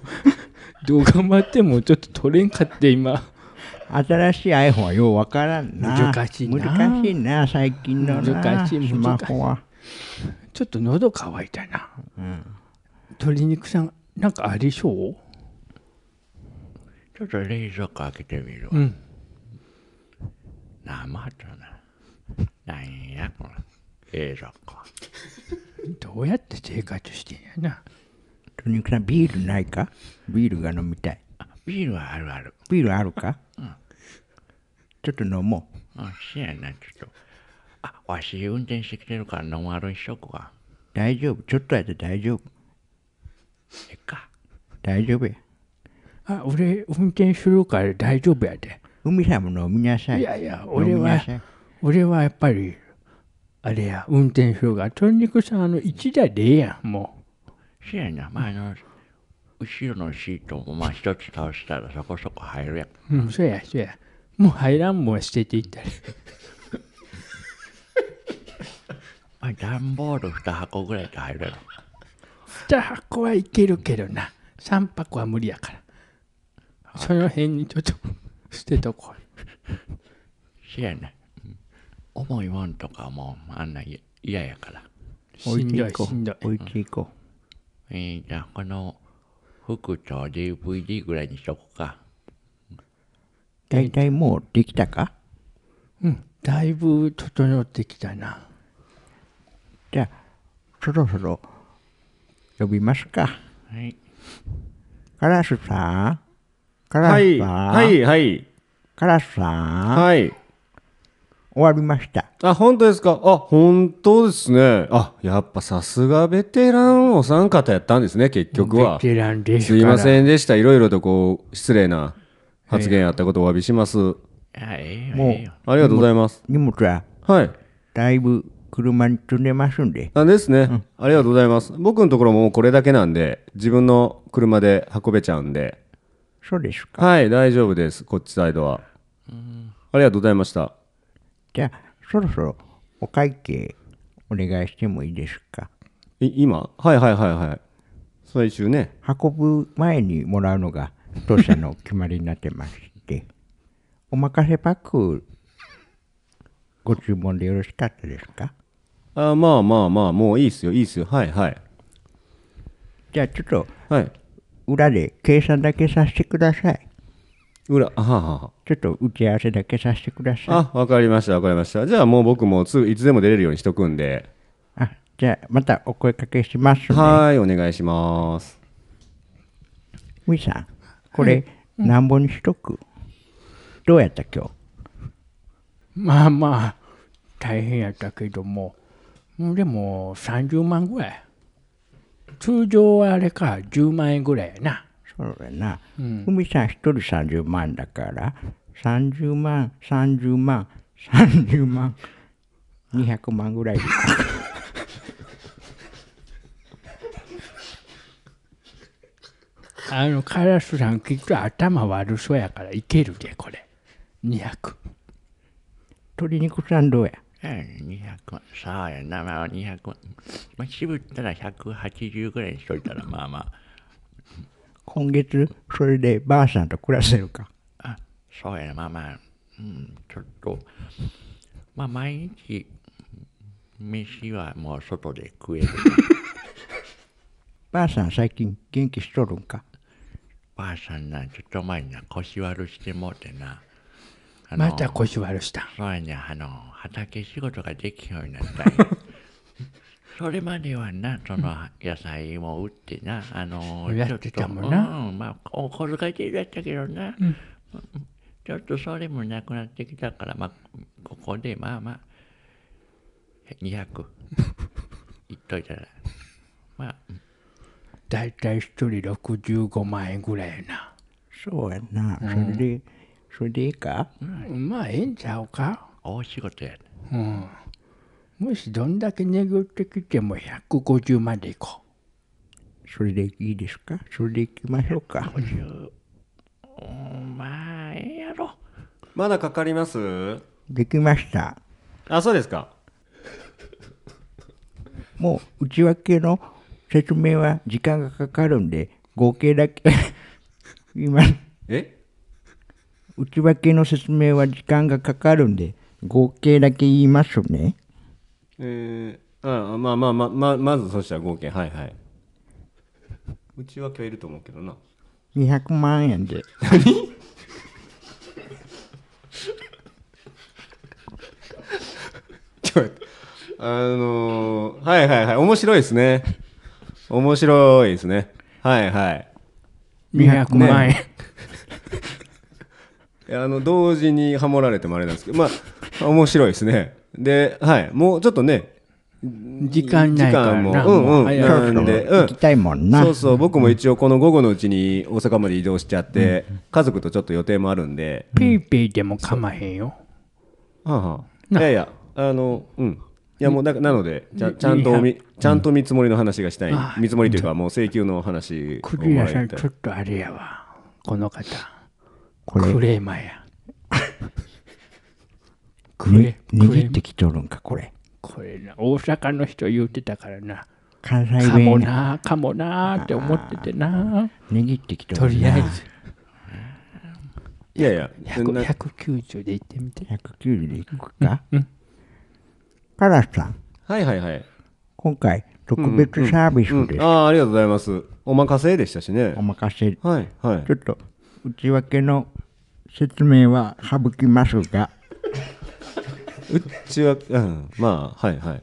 S7: どう頑張ってもちょっと撮れんかって今。
S6: 新しい iPhone はようわからんな。
S7: 難しいな
S6: 難しいな、最近のな。
S7: 難しい難しい
S6: スマホは。
S7: ちょっと喉乾いたな。鶏肉さん、なんかありそう
S8: ちょっと冷蔵庫開けてみるわ。
S7: うん。
S8: なまとな。なんやこの冷蔵庫。
S7: どうやって生活してんやな。
S6: 鶏肉さん、ビールないかビールが飲みたい。
S8: あビールはあるある。
S6: ビールあるか、ちょっと飲もう。
S8: あ、せやな、ちょっと。あ、わし運転してきてるからノンアルにしとくわ。
S6: 大丈夫。ちょっとやって大丈夫。
S8: えっか。
S6: 大丈夫や。
S7: あ、俺、運転するから大丈夫やで。
S6: 海さんも飲みなさい。
S7: いやいや、
S6: 飲
S7: 俺
S6: みな
S7: は
S6: さい、
S7: 俺はやっぱり、あれや、運転するから、鶏肉さん、あの、1台でええやん、も
S8: せやな、まあ、あの、後ろのシートもまあ一つ倒したらそこそこ入るやん。
S7: う。うん、そうや、そうや。もう入らんもんは捨てていったり。
S8: まあ、段ボール2箱ぐらいと入るやろ。
S7: 2箱はいけるけどな。3箱は無理やから。その辺にちょっと捨てとこう。
S8: せやな。重いもんとかもあんな嫌ややから。
S7: しんどい、しんどい。
S6: 置いていこ
S8: えー、じゃあこの服と DVD ぐらいにしとくか。
S6: う。大体もうできたか
S7: うん、だいぶ整ってきたな。
S6: じゃあ、そろそろ呼びますか。
S8: はい。
S6: カラスさんカラ
S1: は
S6: ス
S1: い、
S6: さん、
S1: はい、はい、
S6: カラスさん
S1: はい。
S6: 終わりました。
S1: あ、本当ですかあ、本当ですね。あ、やっぱさすがベテランお三方やったんですね、結局は。
S7: ベテランです
S1: す
S7: から。
S1: いませんでした。いろいろとこう、失礼な発言あったことをお詫びします。
S8: あ、ええよ、
S6: もう
S8: ええよ。
S1: ありがとうございます。
S6: 荷物は
S1: はい。
S6: だいぶ車に積んでますんで、
S1: あですね、ありがとうございます。僕のところもうこれだけなんで、自分の車で運べちゃうんで、
S6: そうですか。
S1: はい、大丈夫です、こっちサイドは。ありがとうございました。
S6: じゃあ、そろそろお会計お願いしてもいいですか。
S1: い今はいはいはいはい。最終ね。
S6: 運ぶ前にもらうのが当社の決まりになってまして、 おまかせパックご注文でよろしかったですか
S1: あまあまあまあ、もういいっすよ、いいっすよ。はいはい。
S6: じゃあちょっと
S1: はい。
S6: 裏で計算だけさせてください。
S1: 裏、あははは。
S6: ちょっと打ち合わせだけさせてください。
S1: あ、わかりました、わかりました。じゃあもう僕もすぐいつでも出れるようにしとくんで。
S6: あじゃあまたお声かけしますね。
S1: はーい、お願いします。
S6: みさん、これ、なんぼにしとくどうやった今日
S7: まあまあ、大変やったけども、でも30万ぐらい。通常はあれか、10万円ぐらいやな。
S6: そうだな。海さん一人30万だから、30万、30万、30万、200万ぐらい。
S7: あの、カラスさんきっと頭悪そうやからいけるで、これ。200。
S6: 鶏肉さんどうや
S8: 200万。さあやな、まあ200万。まあ、渋ったら180ぐらいにしといたら、まあま
S6: 今月、それでばあさんと暮らせるか。
S8: あ、あ、そうやな、まあまあ、うん、ちょっと、まあ毎日、飯はもう外で食 える。
S6: ばあさん最近元気しとるんか。
S8: ばあさんな、ちょっと前にな、腰悪してもうてな。あの
S7: また腰悪したん。
S8: そうやね、あの、畑仕事ができるようにな ったんやそれまではな、その野菜も売ってな、あの、
S7: やってたもんな
S8: ちょっとうん、まあ、お小遣い程度やったけどな、うんちょっとそれもなくなってきたから、まあ、ここで、まあまあ、200、いっといたら、まあ、
S7: だいたい1人65万円ぐらいやな。
S6: そうやな。それで、それでいいか
S7: まあ、ええんちゃうか。
S8: 大仕事やね。
S7: もしどんだけ巡ってきても150までいこ
S6: それでいいですかそれで行きましょうか。
S8: まあ、ええやろ。
S1: まだかかります
S6: できました。
S1: あ、そうですか。
S6: もう内訳の説明は時間がかかるんで、合計だけ、 今、
S1: え
S6: 内訳の説明は時間がかかるんで、合計だけ言いますね。
S1: えー、あまあまあまあ、ままずそしたら合計、はいはい。内訳はいると思うけどな。
S6: 200万円で。
S1: ちょっと待ってあのー、はいはいはい、面白いですね。面白いですね。はいはい。
S7: う。200万円。
S1: いやあの同時にハモられてもあれなんですけどまあ面白いですねではいもうちょっとね
S7: 時間ないからな。
S1: 時間もうんうん
S7: も早い
S1: な
S6: そ
S1: ん
S6: ろそろ
S1: でうん
S6: 行きたいもんな。
S1: そうそう僕も一応この午後のうちに大阪まで移動しちゃって、家族とちょっと予定もあるんで、
S7: ピーピーでもかまへんよ。
S1: はあはあいやいやあのうんいやもうだからなのでちゃちゃんとおみちゃんと見積もりの話がしたい、見積もりというかもう請求の話を
S7: クリ
S1: も
S7: ア
S1: らい
S7: さん、
S1: たい
S7: ちょっとあれやわ。この方。
S6: これ、
S7: クレーマーや。ク
S6: に
S7: レ、クレ
S6: 握ってきとるんか、これ。
S7: これな、大阪の人言ってたからな。
S6: 関西
S7: かも
S6: 弁
S7: な、かもなーって思っててな。
S6: 握ってきとる
S7: と
S6: な
S7: りあえず、
S1: いやいや
S7: 100
S1: な
S7: 190で行ってみて。
S6: 190でいくか。カラスさん、
S1: はいはいはい、
S6: 今回特別サービ
S1: う
S6: ス
S1: ん、
S6: です。
S1: ああーありがとうございますお任せでしたしね
S6: お任せ
S1: はいはい
S6: ちょっと内訳の説明は省きますが、
S1: うちは、うん、まあ、はいはい。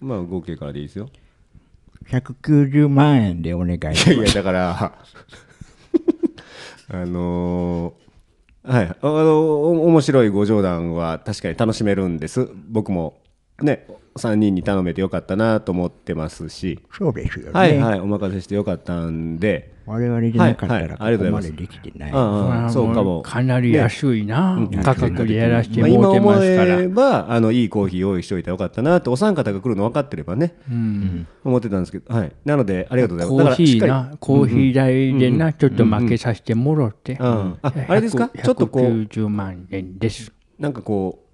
S1: まあ、合計からでいいですよ。
S6: 190万円でお願い
S1: い
S6: し
S1: や
S6: ま
S1: いや、だ から、あのーはい、あの、お面白いご冗談は確かに楽しめるんです。僕も、ね、3人に頼めてよかったなと思ってますし、
S6: す。そうですよね。
S1: はいはい、お任せしてよかったんで、
S6: 我々じゃなかっ
S1: は
S6: たらこ
S1: いはいありが
S6: こと
S1: うご
S6: ま
S1: ざ
S6: で
S1: います
S6: できてない。
S1: ああそうかも。
S7: かなり安いな。価格でやらして
S1: まあ、今
S7: もうてま
S1: 思
S7: すから
S1: え。ばあのいいコーヒー用意しておいたらよかったなってお三方が来るの分かってればね、思ってたんですけど、はい、なのでありがとうございます
S7: コーヒー
S1: だからしっか
S7: な、コーヒー代でな、ちょっと負けさせてもろって。
S1: り、うん、ああれですか
S7: 100
S1: ちょっとこう
S7: 190万円です。
S1: なんかこう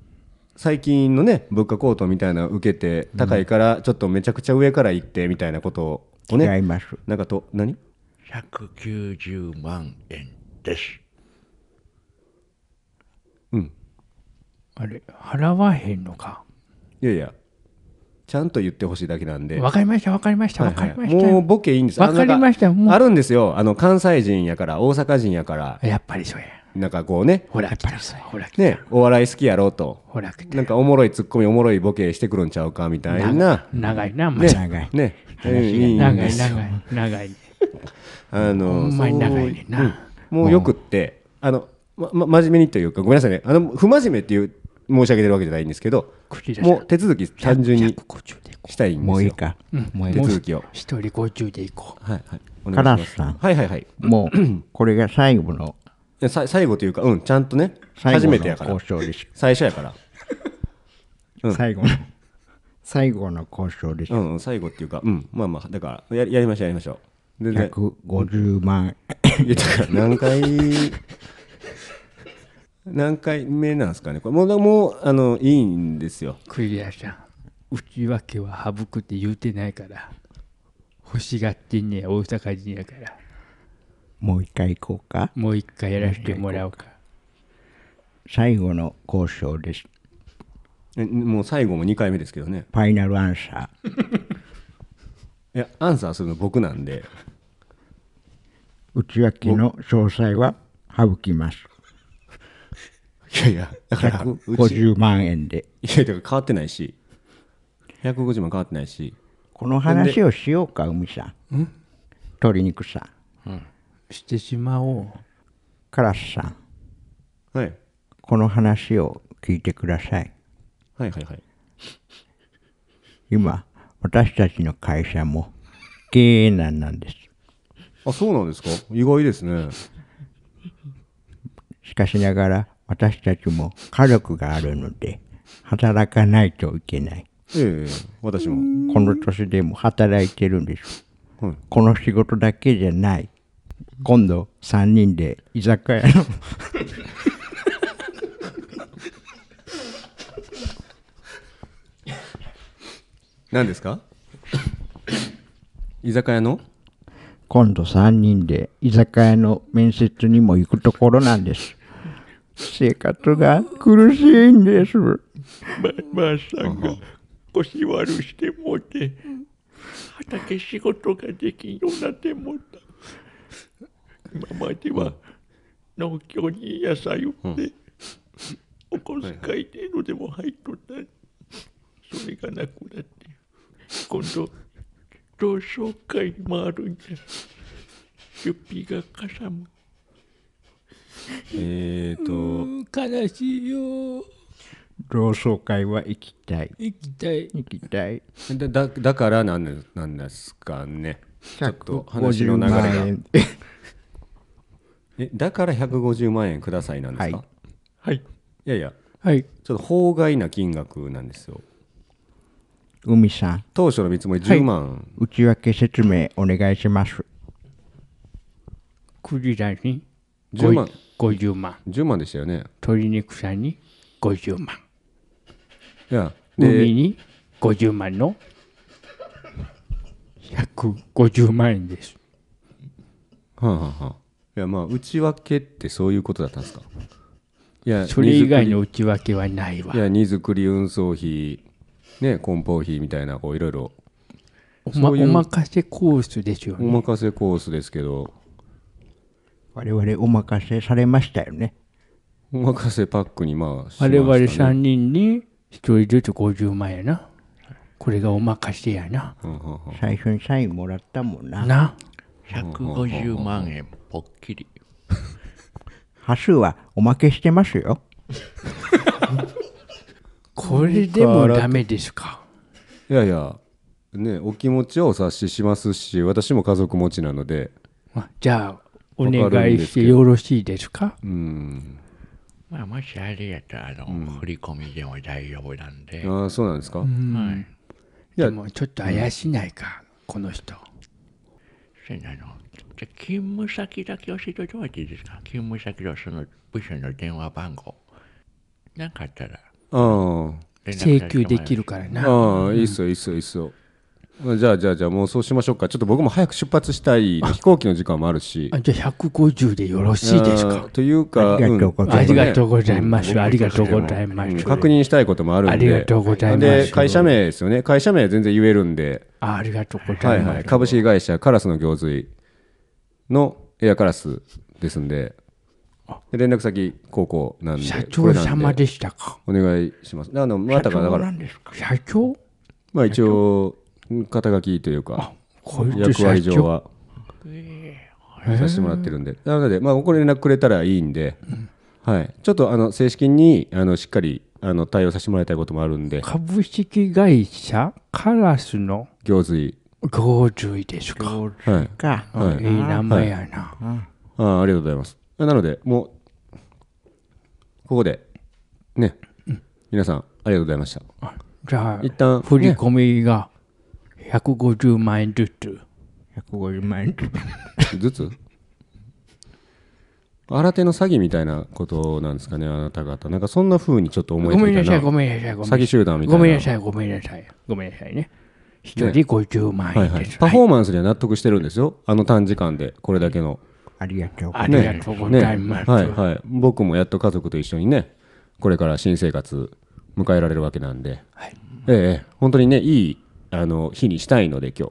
S1: 最近のね物価高騰みたいなのを受けて高いからちょっとめちゃくちゃ上から行ってみたいなことをね、
S6: 違います。
S1: なんかと何
S8: 190万円です。
S1: うん
S7: あれ、払わへんのか。
S1: いやいやちゃんと言ってほしいだけなんで。
S7: わかりました、わかりました、わかりました。
S1: もうボケいいんです
S7: わかりまし
S1: あ
S7: た
S1: のなん
S7: もう
S1: あるんですよあの関西人やから大阪人やから
S7: やっぱりそうや。
S1: なんかこうね
S7: ほら、やっぱりそうや。ほら、来た
S1: ねお笑い好きやろうと
S7: ほら、来た
S1: なんかおもろいツッコミおもろいボケしてくるんちゃうかみたいな
S7: 長いな、ま
S1: ね
S7: だ
S4: 長い
S1: ねうんいいん
S7: 長
S1: で
S7: い、
S1: す
S7: 長い、長い。
S1: あ
S7: ほ
S1: の
S7: んまに長い
S1: そう
S7: ねんな。
S1: もうよくってあの、まま、真面目にというかごめんなさいねあの不真面目っていう申し上げてるわけじゃないんですけど
S7: 口出し
S1: もう手続き単純にしたいんですよ
S4: もういいか。もういい
S1: 手続きを
S7: 一人50で行こう。
S1: はいはいお
S6: カ
S1: 願
S6: ラ
S1: いし
S6: スさ
S1: ます
S6: ん
S1: はいはいはい
S6: もう、これが最後の、
S1: でさ最後というかうんちゃんとね
S6: 最
S1: 初
S6: 後の
S1: めてやから
S6: 交渉です。
S1: 最初やからうん
S6: 最後の、最後の交渉です
S1: う。んうん最後っていうかうんまあまあだからややりましょうやりましょう全然
S6: 150万。
S1: いやだから何回何回目なんですかねこれもうもうあのいいんですよ
S7: クリアさん、内訳は省くって言うてないから。欲しがってんねや大阪人やから。
S6: もう一回行こうか。
S7: もう一回やらせてもらおうか。
S6: 最後の交渉です。
S1: えもう最後も2回目ですけどね
S6: ファイナルアンサー。
S1: いやアンサーするの僕なんで
S6: 内訳の詳細は省きます。
S1: いやいやだからうちい
S6: 150万円で。
S1: やだから変わってないし150万変わってないし
S6: この話をしようか、海さん。鶏肉さん。
S7: してしまおう。
S6: カラスさん。
S1: はい
S6: この話を聞いてください。
S1: はいはいはい
S6: 今、私たちの会社も経営難なんです。
S1: あそうなんですか意外ですね
S6: しかしながら私たちも家族があるので働かないといけない。
S1: ええ私も
S6: この年でも働いてるんです。
S1: はい
S6: この仕事だけじゃない。今度3人で居酒屋の
S1: 何ですか 居酒屋の
S6: 今度3人で居酒屋の面接にも行くところな んです。生活が苦しいんです。
S8: ばあさんが腰悪してもうて畑仕事ができんようなってもうた今までは農協に野菜売ってお小遣い程度でも入っとったそれがなくなって今度同窓会もあるんじゃ出費がかさむ
S1: えっと
S7: 悲しいよ。
S6: 同窓会は行きたい。
S7: 行きたい。
S6: 行きたい。
S1: だだだからなんでなんですかねちょっと話の
S6: 150
S1: 流れ
S6: 万
S1: が
S6: 円。
S1: えだから150万円くださいなんですか、
S6: はい
S8: はい
S1: い、やいや
S7: はい。
S1: ちょっと法外な金額なんですよ
S6: 海さん、
S1: 当初の見積もり10万、
S6: 内訳説明お願いします。
S7: クリラに
S1: 10万
S7: 50万。
S1: 10万でしたよね
S7: 鶏肉さんに50万。
S1: いや
S7: 海
S1: で
S7: に50万の150万円です。
S1: はあ、はあはあ、いやまあ内訳ってそういうことだったんですかいや
S7: それ以外の内訳はないわ
S1: い。や荷造り運送費ね梱包費みたいなこういろいろ
S7: おま
S1: そういう
S7: お任せコースですよ
S1: お
S7: ね。
S1: 任せコースですけど
S6: 我々お任せされましたよね。
S1: お任せパックにまあしました
S7: 我
S1: ね
S7: 々3人に1人ずつ50万やな。これがお任せやな。
S1: うんうんうん
S6: 最初にサインもらったもんな。
S7: な。
S8: 150万円ぽっきり
S6: 端数はおまけしてますよ。
S7: これでもダメですか。
S1: いやいや、ね、お気持ちをお察ししますし、私も家族持ちなので、
S7: まじゃあ、お
S1: わかるんですけど
S7: 願いしてよろしいですか
S1: うん、
S8: まあもしあれやったらあの、振り込みでも大丈夫なんで、
S1: ああ、そうなんですか、
S8: はい
S1: や
S7: でもちょっと怪しないか、この人。
S8: そうなの。じゃあ勤務先だけ教えておいてもらっていいですか勤務先のその部署の電話番号。なんかあったら
S1: あ
S8: 連絡
S7: 請求でき
S8: る。
S7: るから
S1: あ、
S7: な。
S1: ああ、いいっすよ、いいっすよ、いいっすよ。まあじゃあじゃあじゃあもうそうしましょうかちょっと僕も早く出発したい飛行機の時間もあるし
S7: あじゃあ150でよろしいですか
S1: あーというか
S6: ありがとうございます
S1: ん
S7: ありがとうございます。ありがとうございま
S1: うん
S7: す。
S1: 確認したいこともあるんで
S7: ありがとうございます
S1: で会社名ですよね会社名全然言えるんで、
S7: あありがとうござ
S1: はいい
S7: ます。
S1: はい、株式会社カラスの行水のエアカラスですんでで連絡先高校なんで
S7: 社
S1: こ
S7: 長
S1: れなん
S7: 様でしたか。
S1: お願いしますであのまたがだか
S8: な
S1: ら
S8: んですか
S7: 社長
S1: まあ一応肩書きというか
S7: こいつ
S1: 役
S7: 社
S1: 割上
S7: 長。
S1: はさせてもらってるんで、なので、まあ、これ連絡くれたらいいんで、はい、ちょっとあの正式にあのしっかりあの対応させてもらいたいこともあるんで、
S7: 株式会社カラスの
S1: 行水、
S7: 合意ですか。
S1: はい、
S6: か。
S1: はいい、
S7: い名前やな。
S1: あーありがとうございます。なので、もう、ここで、ね、皆さん、ありがとうございました。
S7: じゃあ
S1: 一旦、
S7: 振り込みが150万円ずつ。
S6: 150万円。
S1: ずつ新手の詐欺みたいなことなんですかね、あなた方。なんかそんな風にちょっと思え
S7: ご
S1: て
S7: めん
S1: き
S7: なさ
S1: た
S7: い、ご
S1: な。
S7: めんなさい、ごめん
S1: 詐欺集団みたいな
S7: ごめんなさい、ごめんなさい。ごめんなさいね。一人50万
S1: はい
S7: 円
S1: は
S7: で
S1: い
S7: す。、
S1: パ
S7: はい
S1: フォーマンスには納得してるんですよ、あの短時間で、これだけの。
S6: ありがとう。
S7: ありがとうございます。
S1: はいはい、僕もやっと家族と一緒にねこれから新生活迎えられるわけなんで、ええ本当にねいいあの日にしたいので今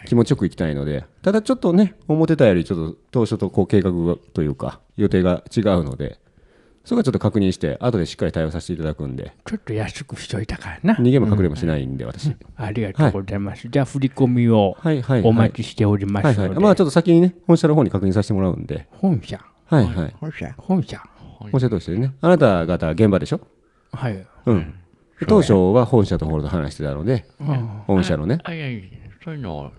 S1: 日気持ちよく行きたいのでただちょっとね思ってたよりちょっと当初とこう計画がというか予定が違うのでそこはちょっと確認して後でしっかり対応させていただくんで
S7: ちょっと安くしといたからな。
S1: 逃げも隠れもしないんで私、
S7: ありがとうございます。じゃあ、振り込みを
S1: はいはいはい
S7: お待ちしておりま
S1: はい
S7: す
S1: はい
S7: ので。
S1: まあちょっと先にね本社の方に確認させてもらうんで
S7: 本社、
S1: はいはい
S6: 本社。
S7: 本社。
S1: 本社同士でねあなた方現場でしょ
S7: はい。
S1: うん、当初は本社とほと話してたので、本社のね、
S8: あいやいやそういうの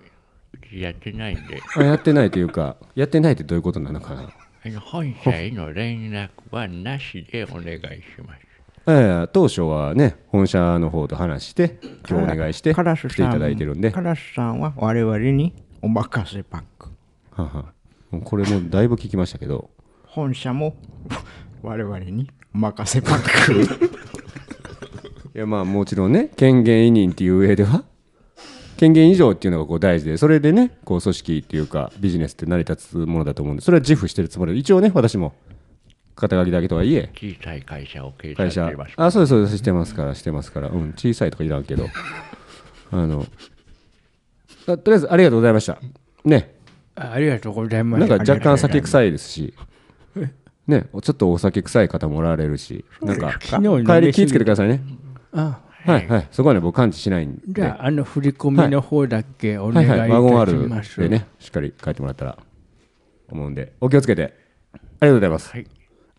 S8: やってないんで
S1: あやってないというか、やってないってどういうことなのかな。
S8: あの本社への連絡はなしでお願いします
S1: ええ当初はね、本社の方と話して、今日お願いして、
S6: カラス
S1: 来てい
S6: さん。
S1: ただいてるんで、
S6: カ
S1: は
S6: ラスさんは我々にお任せパック。
S1: あはあもうこれもだいぶ聞きましたけど、
S6: 本社も 我々にお任せパ ック。
S1: いやまあもちろんね、権限委任っていう上では、 権限以上っていうのがこう大事で、それでね、こう組織っていうか、ビジネスって成り立つものだと思うんで、それは自負してるつもりで、一応ね、私も肩書きだけとはいえ、
S8: 小さい会社を経営され
S1: 会
S8: て
S1: 社
S8: います
S1: あそうですそうですしてますからしてますからうん小さいとかいらんけど あのあとりあえずありがとうございましたね
S7: あありがとうございま
S1: なん
S7: す
S1: か。若干酒臭いですしねちょっとお酒臭い方もおられるしなんか
S7: 昨日飲み過
S1: 帰
S7: ぎ
S1: り気をつけてくださいね
S7: あ
S1: はいはいそこはね僕感知しないん
S7: じ
S1: で
S7: ゃあ、あの振り込みの方だけお願
S1: はいい
S7: いた
S1: はい
S7: し
S1: ワゴンある
S7: ます。
S1: でねしっかり帰ってもらったら思うんでお気をつけてありがとうございます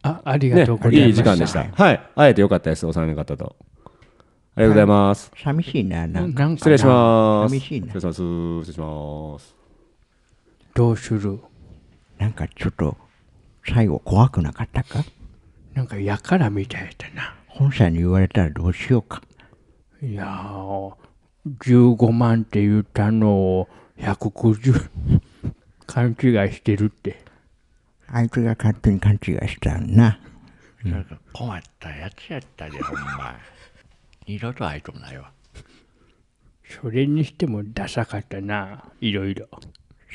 S7: あありが
S1: ね
S7: とうございます。
S1: いい時間でしたはい会えてよかったですお三方とありがとうございます
S6: 寂しいな、なんか。
S7: なんか
S1: 失礼します。
S6: 寂しいな
S1: 失礼します。失礼します。
S7: どうする
S6: なんかちょっと、最後怖くなかったか
S7: なんかやからみたいだな。
S6: 本社に言われたらどうしようか。
S7: いやー、15万って言ったのを150 勘違いしてるって。
S6: あいつが勝手に勘違いしたんな。
S8: なんか困ったやつやったで、ほんま。二度と会いともないわ。
S7: それにしてもダサかったな、いろいろ。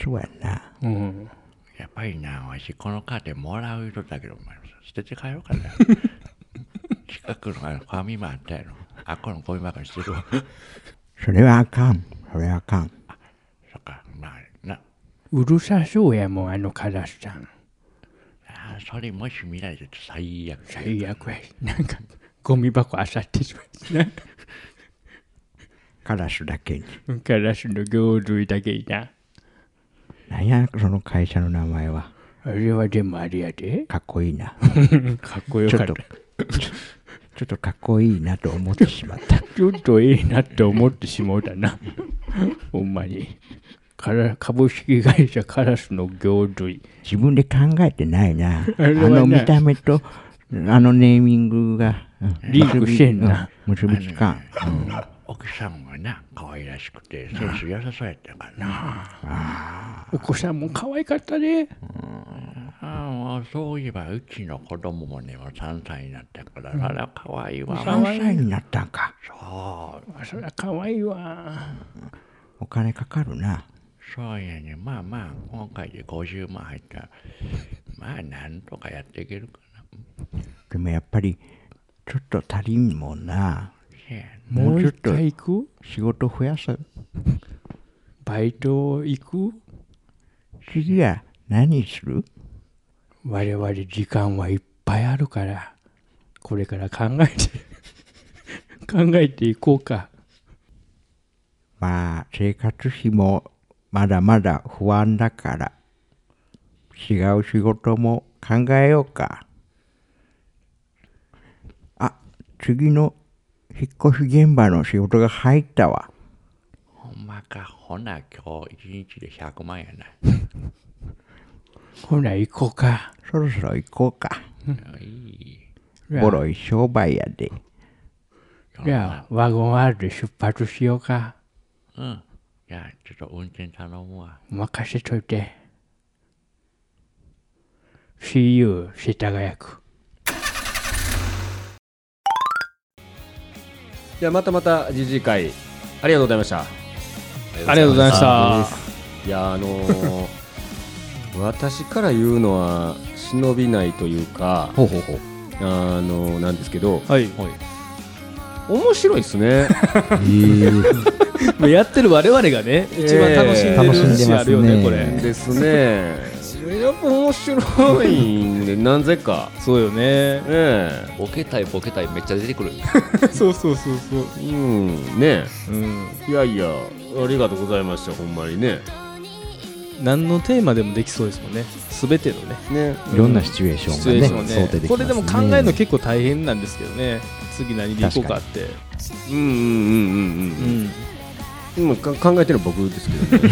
S6: そうやな。
S7: うん。
S8: やっぱりな、わしこのカーテンもらう人だけど、お前捨てて帰ろうかな。近くのあのファミマあったやろ。あっこのゴミ箱に捨てるわ。
S6: それはあかん。それはあかん。
S8: そっか、まあ、な、
S7: うるさそうやもん、あのカラスさん。
S8: あーそれもし見られてたら最悪。
S7: 最悪やし。なんか、ゴミ箱あさってしまうな。
S6: カラスだけに。
S7: カラスの行水だけいな。
S6: なんや、その会社の名前は。
S7: あれはでもあれやで。
S6: かっこいいな。
S7: かっこよ
S6: ちょ
S7: かっ
S6: ったと。、ちょっとかっこいいなと思ってしまった。
S7: ちょっといいなって思ってしまう だな。ほんまに。から株式会社カラスの行水。
S6: 自分で考えてないな。あ
S7: あれはね
S6: の見た目と、あのネーミングが。うん
S7: リンクしてんな。
S6: 結びうん結びつかん。うん
S8: 奥さんはな、可愛らしくて、センス良さそうやったからな。
S7: お子さんも可愛かったね。
S8: ああ、もうそういえば、うちの子供もね、もう3歳になったから、あら、可愛いわ。
S6: 3歳になったんか。
S8: そう
S7: あそりゃ可愛いわ。
S6: お金かかるな。
S8: そうやね。まあまあ、今回で50万入ったら、まあなんとかやっていけるかな。
S6: でもやっぱり、ちょっと足りんもんな。
S8: せやね
S7: も
S6: も
S7: う
S6: うちょっ
S7: 一
S6: と
S7: 回行く
S6: 仕事増やす。
S7: バイト行く
S6: 次は何する
S7: 我々時間はいっぱいあるから、これから考えて、 考えていこうか。
S6: まあ、生活費もまだまだ不安だから、違う仕事も考えようか。あ、次の引っ越し現場の仕事が入ったわ。
S8: ほんまか。ほな、今日一日で100万やな。
S7: ほら行こうか。
S6: そろそろ行こうか。
S8: いい。
S6: ボロい商売やで。
S7: じゃあ、ワゴン R で出発しようか。
S8: うん。じゃあ、ちょっと運転頼むわ。
S7: 任せといて。See you 世田谷区。
S1: じゃあまたまたじじい会ありがとうございました
S4: ありがとうございました。
S1: いやあのー私から言うのは忍びないというか
S4: ほうほうほう。
S1: あのなんですけど
S7: はい。
S1: 面白いですね
S4: えー、
S3: やってる我々がね、一番楽しんでる
S4: 楽しんで
S3: し
S4: ま
S3: ある
S4: す
S3: よね、こ
S4: ね。
S3: れ。
S1: ですねやっぱ面白いんでなぜか
S3: そうよね。
S1: え
S5: ボケたいボケたいめっちゃ出てくる。
S3: そうそうそうそう。
S1: えうんね
S3: うん。
S1: えいやいやありがとうございましたほんまにね
S3: 何のテーマでもできそうですもんね。すべてのね。
S1: ね
S4: いろんなシチュエーション
S3: シチュエーショ
S4: が
S3: ン
S4: ね、
S3: ね
S4: 想定できますね。
S3: これでも考えるの結構大変なんですけどね。次何でいこうかって。
S1: うんうんうんうんうん今か考えてるのは僕ですけど、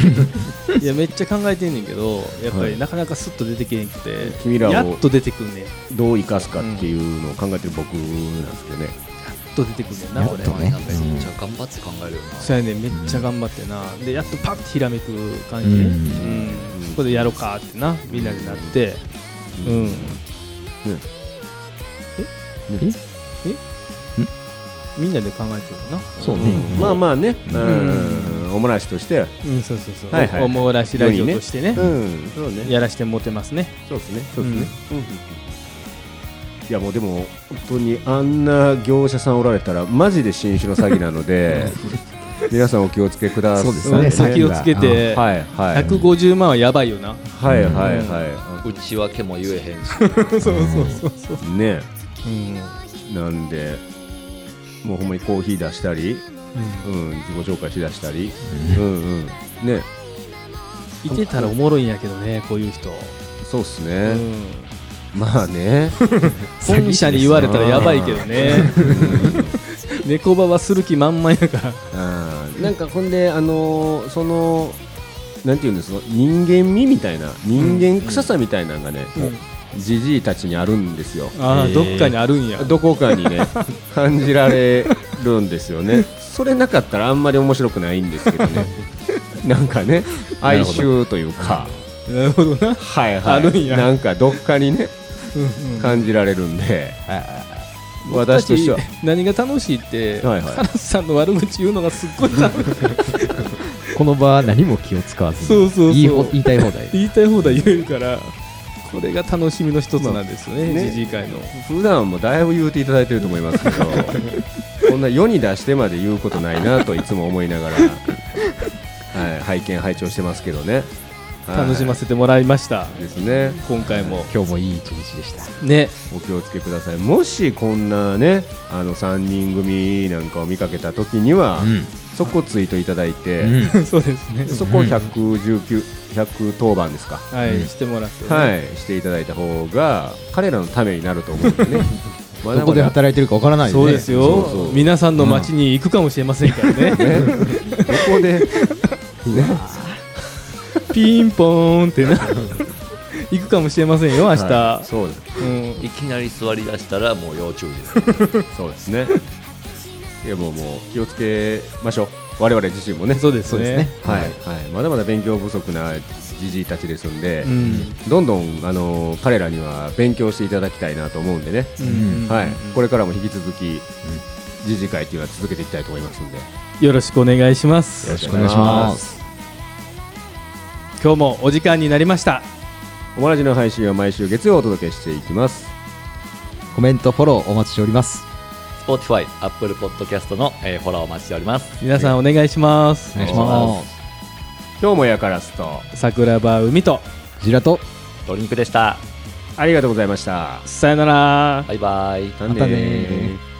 S1: ね、
S3: いやめっちゃ考えてんねんけどやっぱ
S1: は
S3: り
S1: い
S3: なかなかスッと出てけへんくて、
S1: 君らを
S3: やっと出てくんねんや
S1: どう生かすかっていうのを考えてる僕なんですけどね
S3: っと出てくんねんな
S4: やっ
S3: ことれ
S4: ね。
S5: めっちゃ頑張って考えるよ
S3: そうやねんめっちゃ頑張ってな、でやっとパッてひらめく感じ
S4: うん
S3: ね、うんここでやろうかってなみんなでなってうん、え
S1: ね
S3: えみんなで考えてるな
S4: そうね。
S1: まあまあね、うん、おもらしとして、
S3: うんそうそうそう、
S1: はいはい
S3: おもらしラジオとしてね
S1: うん、そうね、
S3: やらしてもてますね
S1: そうですね、そうですね、うんうんうんいやもうでも、本当にあんな業者さんおられたら、マジで新種の詐欺なので、皆さんお気をつけください。
S4: そうです
S3: うん
S4: ね
S3: 先をつけて、
S1: はいはい、
S3: 150万はやばいよな、
S1: はいはいは
S5: 内訳も言えへんし。
S1: い、ね、
S3: うん
S1: なんで、もうほんまにコーヒー出したり、うん、自己紹介しだしたり、うんうん、ね、
S3: いてたらおもろいんやけどねこういう人、
S1: そうです
S3: う
S1: ね、
S3: ん、
S1: まあ ね、
S3: 本社に言われたらやばいけどね猫場はする気満々やから
S1: あーなんかほんで、あのーそのなんていうんですか人間味みたいな人間臭さみたいなのがねじじいたちにあるんですよ
S3: ああどっかにあるんや
S1: どこかに ね感じられるんですよ ねそれなかったらあんまり面白くないんですけど ねなんかね哀愁というか
S3: なるほどな
S1: はいは
S3: あるん
S1: い
S3: や
S1: なんかどっかにね感じられるんで私としては
S3: だって何が楽しいって、
S1: はいはい
S3: カラスさんの悪口言うのがすっごい楽しい
S4: この場は何も気を使わずに
S3: そうそうそう
S4: 言いほ言いたい放題。
S3: 言いたい放題言えるからこれが楽しみの一つなんですよね
S1: まあね
S3: じじい会の
S1: 普段もだいぶ言うていただいてると思いますけ どこんな世に出してまで言うことないなといつも思いながら、はい、拝見拝聴してますけどね、はい
S3: 楽しませてもらいました、
S1: ですね
S3: 今回も
S4: 今日もいい一日でした。
S3: ね
S1: お気をつけくださいもしこんなねあの3人組なんかを見かけた時には、そこツイートいただいて、
S3: そうですね
S1: そこ119110番ですか、
S3: はい、してもらって、
S1: はい、していただいた方が彼らのためになると思うんで ねまだまだ
S4: どこで働いてるかわからない
S3: そうですよ
S1: そうそう
S3: 皆さんの街に行くかもしれませんから
S1: ね、
S3: ね、
S1: ここで、ね、
S3: ピンポーンっ てな行くかもしれませんよ明日、
S1: はいそうです
S3: うん
S5: いきなり座り出したらもう要注意です。
S1: そうですねいやもうもう気をつけましょう我々自身もね
S3: そうですね
S1: はい、はい、まだまだ勉強不足なじじいたちですんで、
S3: うん
S1: どんどん、あのー彼らには勉強していただきたいなと思うんでね、
S3: うん
S1: はい、これからも引き続き、じじ会っていうのは続けていきたいと思いますんで、
S3: よろしくお願いします
S4: よろしくお願いします。
S3: 今日もお時間になりました
S1: おまらじの配信は毎週月曜お届けしていきます
S4: コメント、フォローお待ちしております。
S5: Spotify、Apple Podcast の、えーフォローお待ちしております。
S3: 皆さんお願いします
S4: お願いしま
S1: 今日もやからすと
S3: 桜庭海と
S4: す。ジラと、
S5: 鶏肉でした。
S1: ありがとうございました
S3: さよなら
S5: バイバイ。
S1: ま
S4: またねー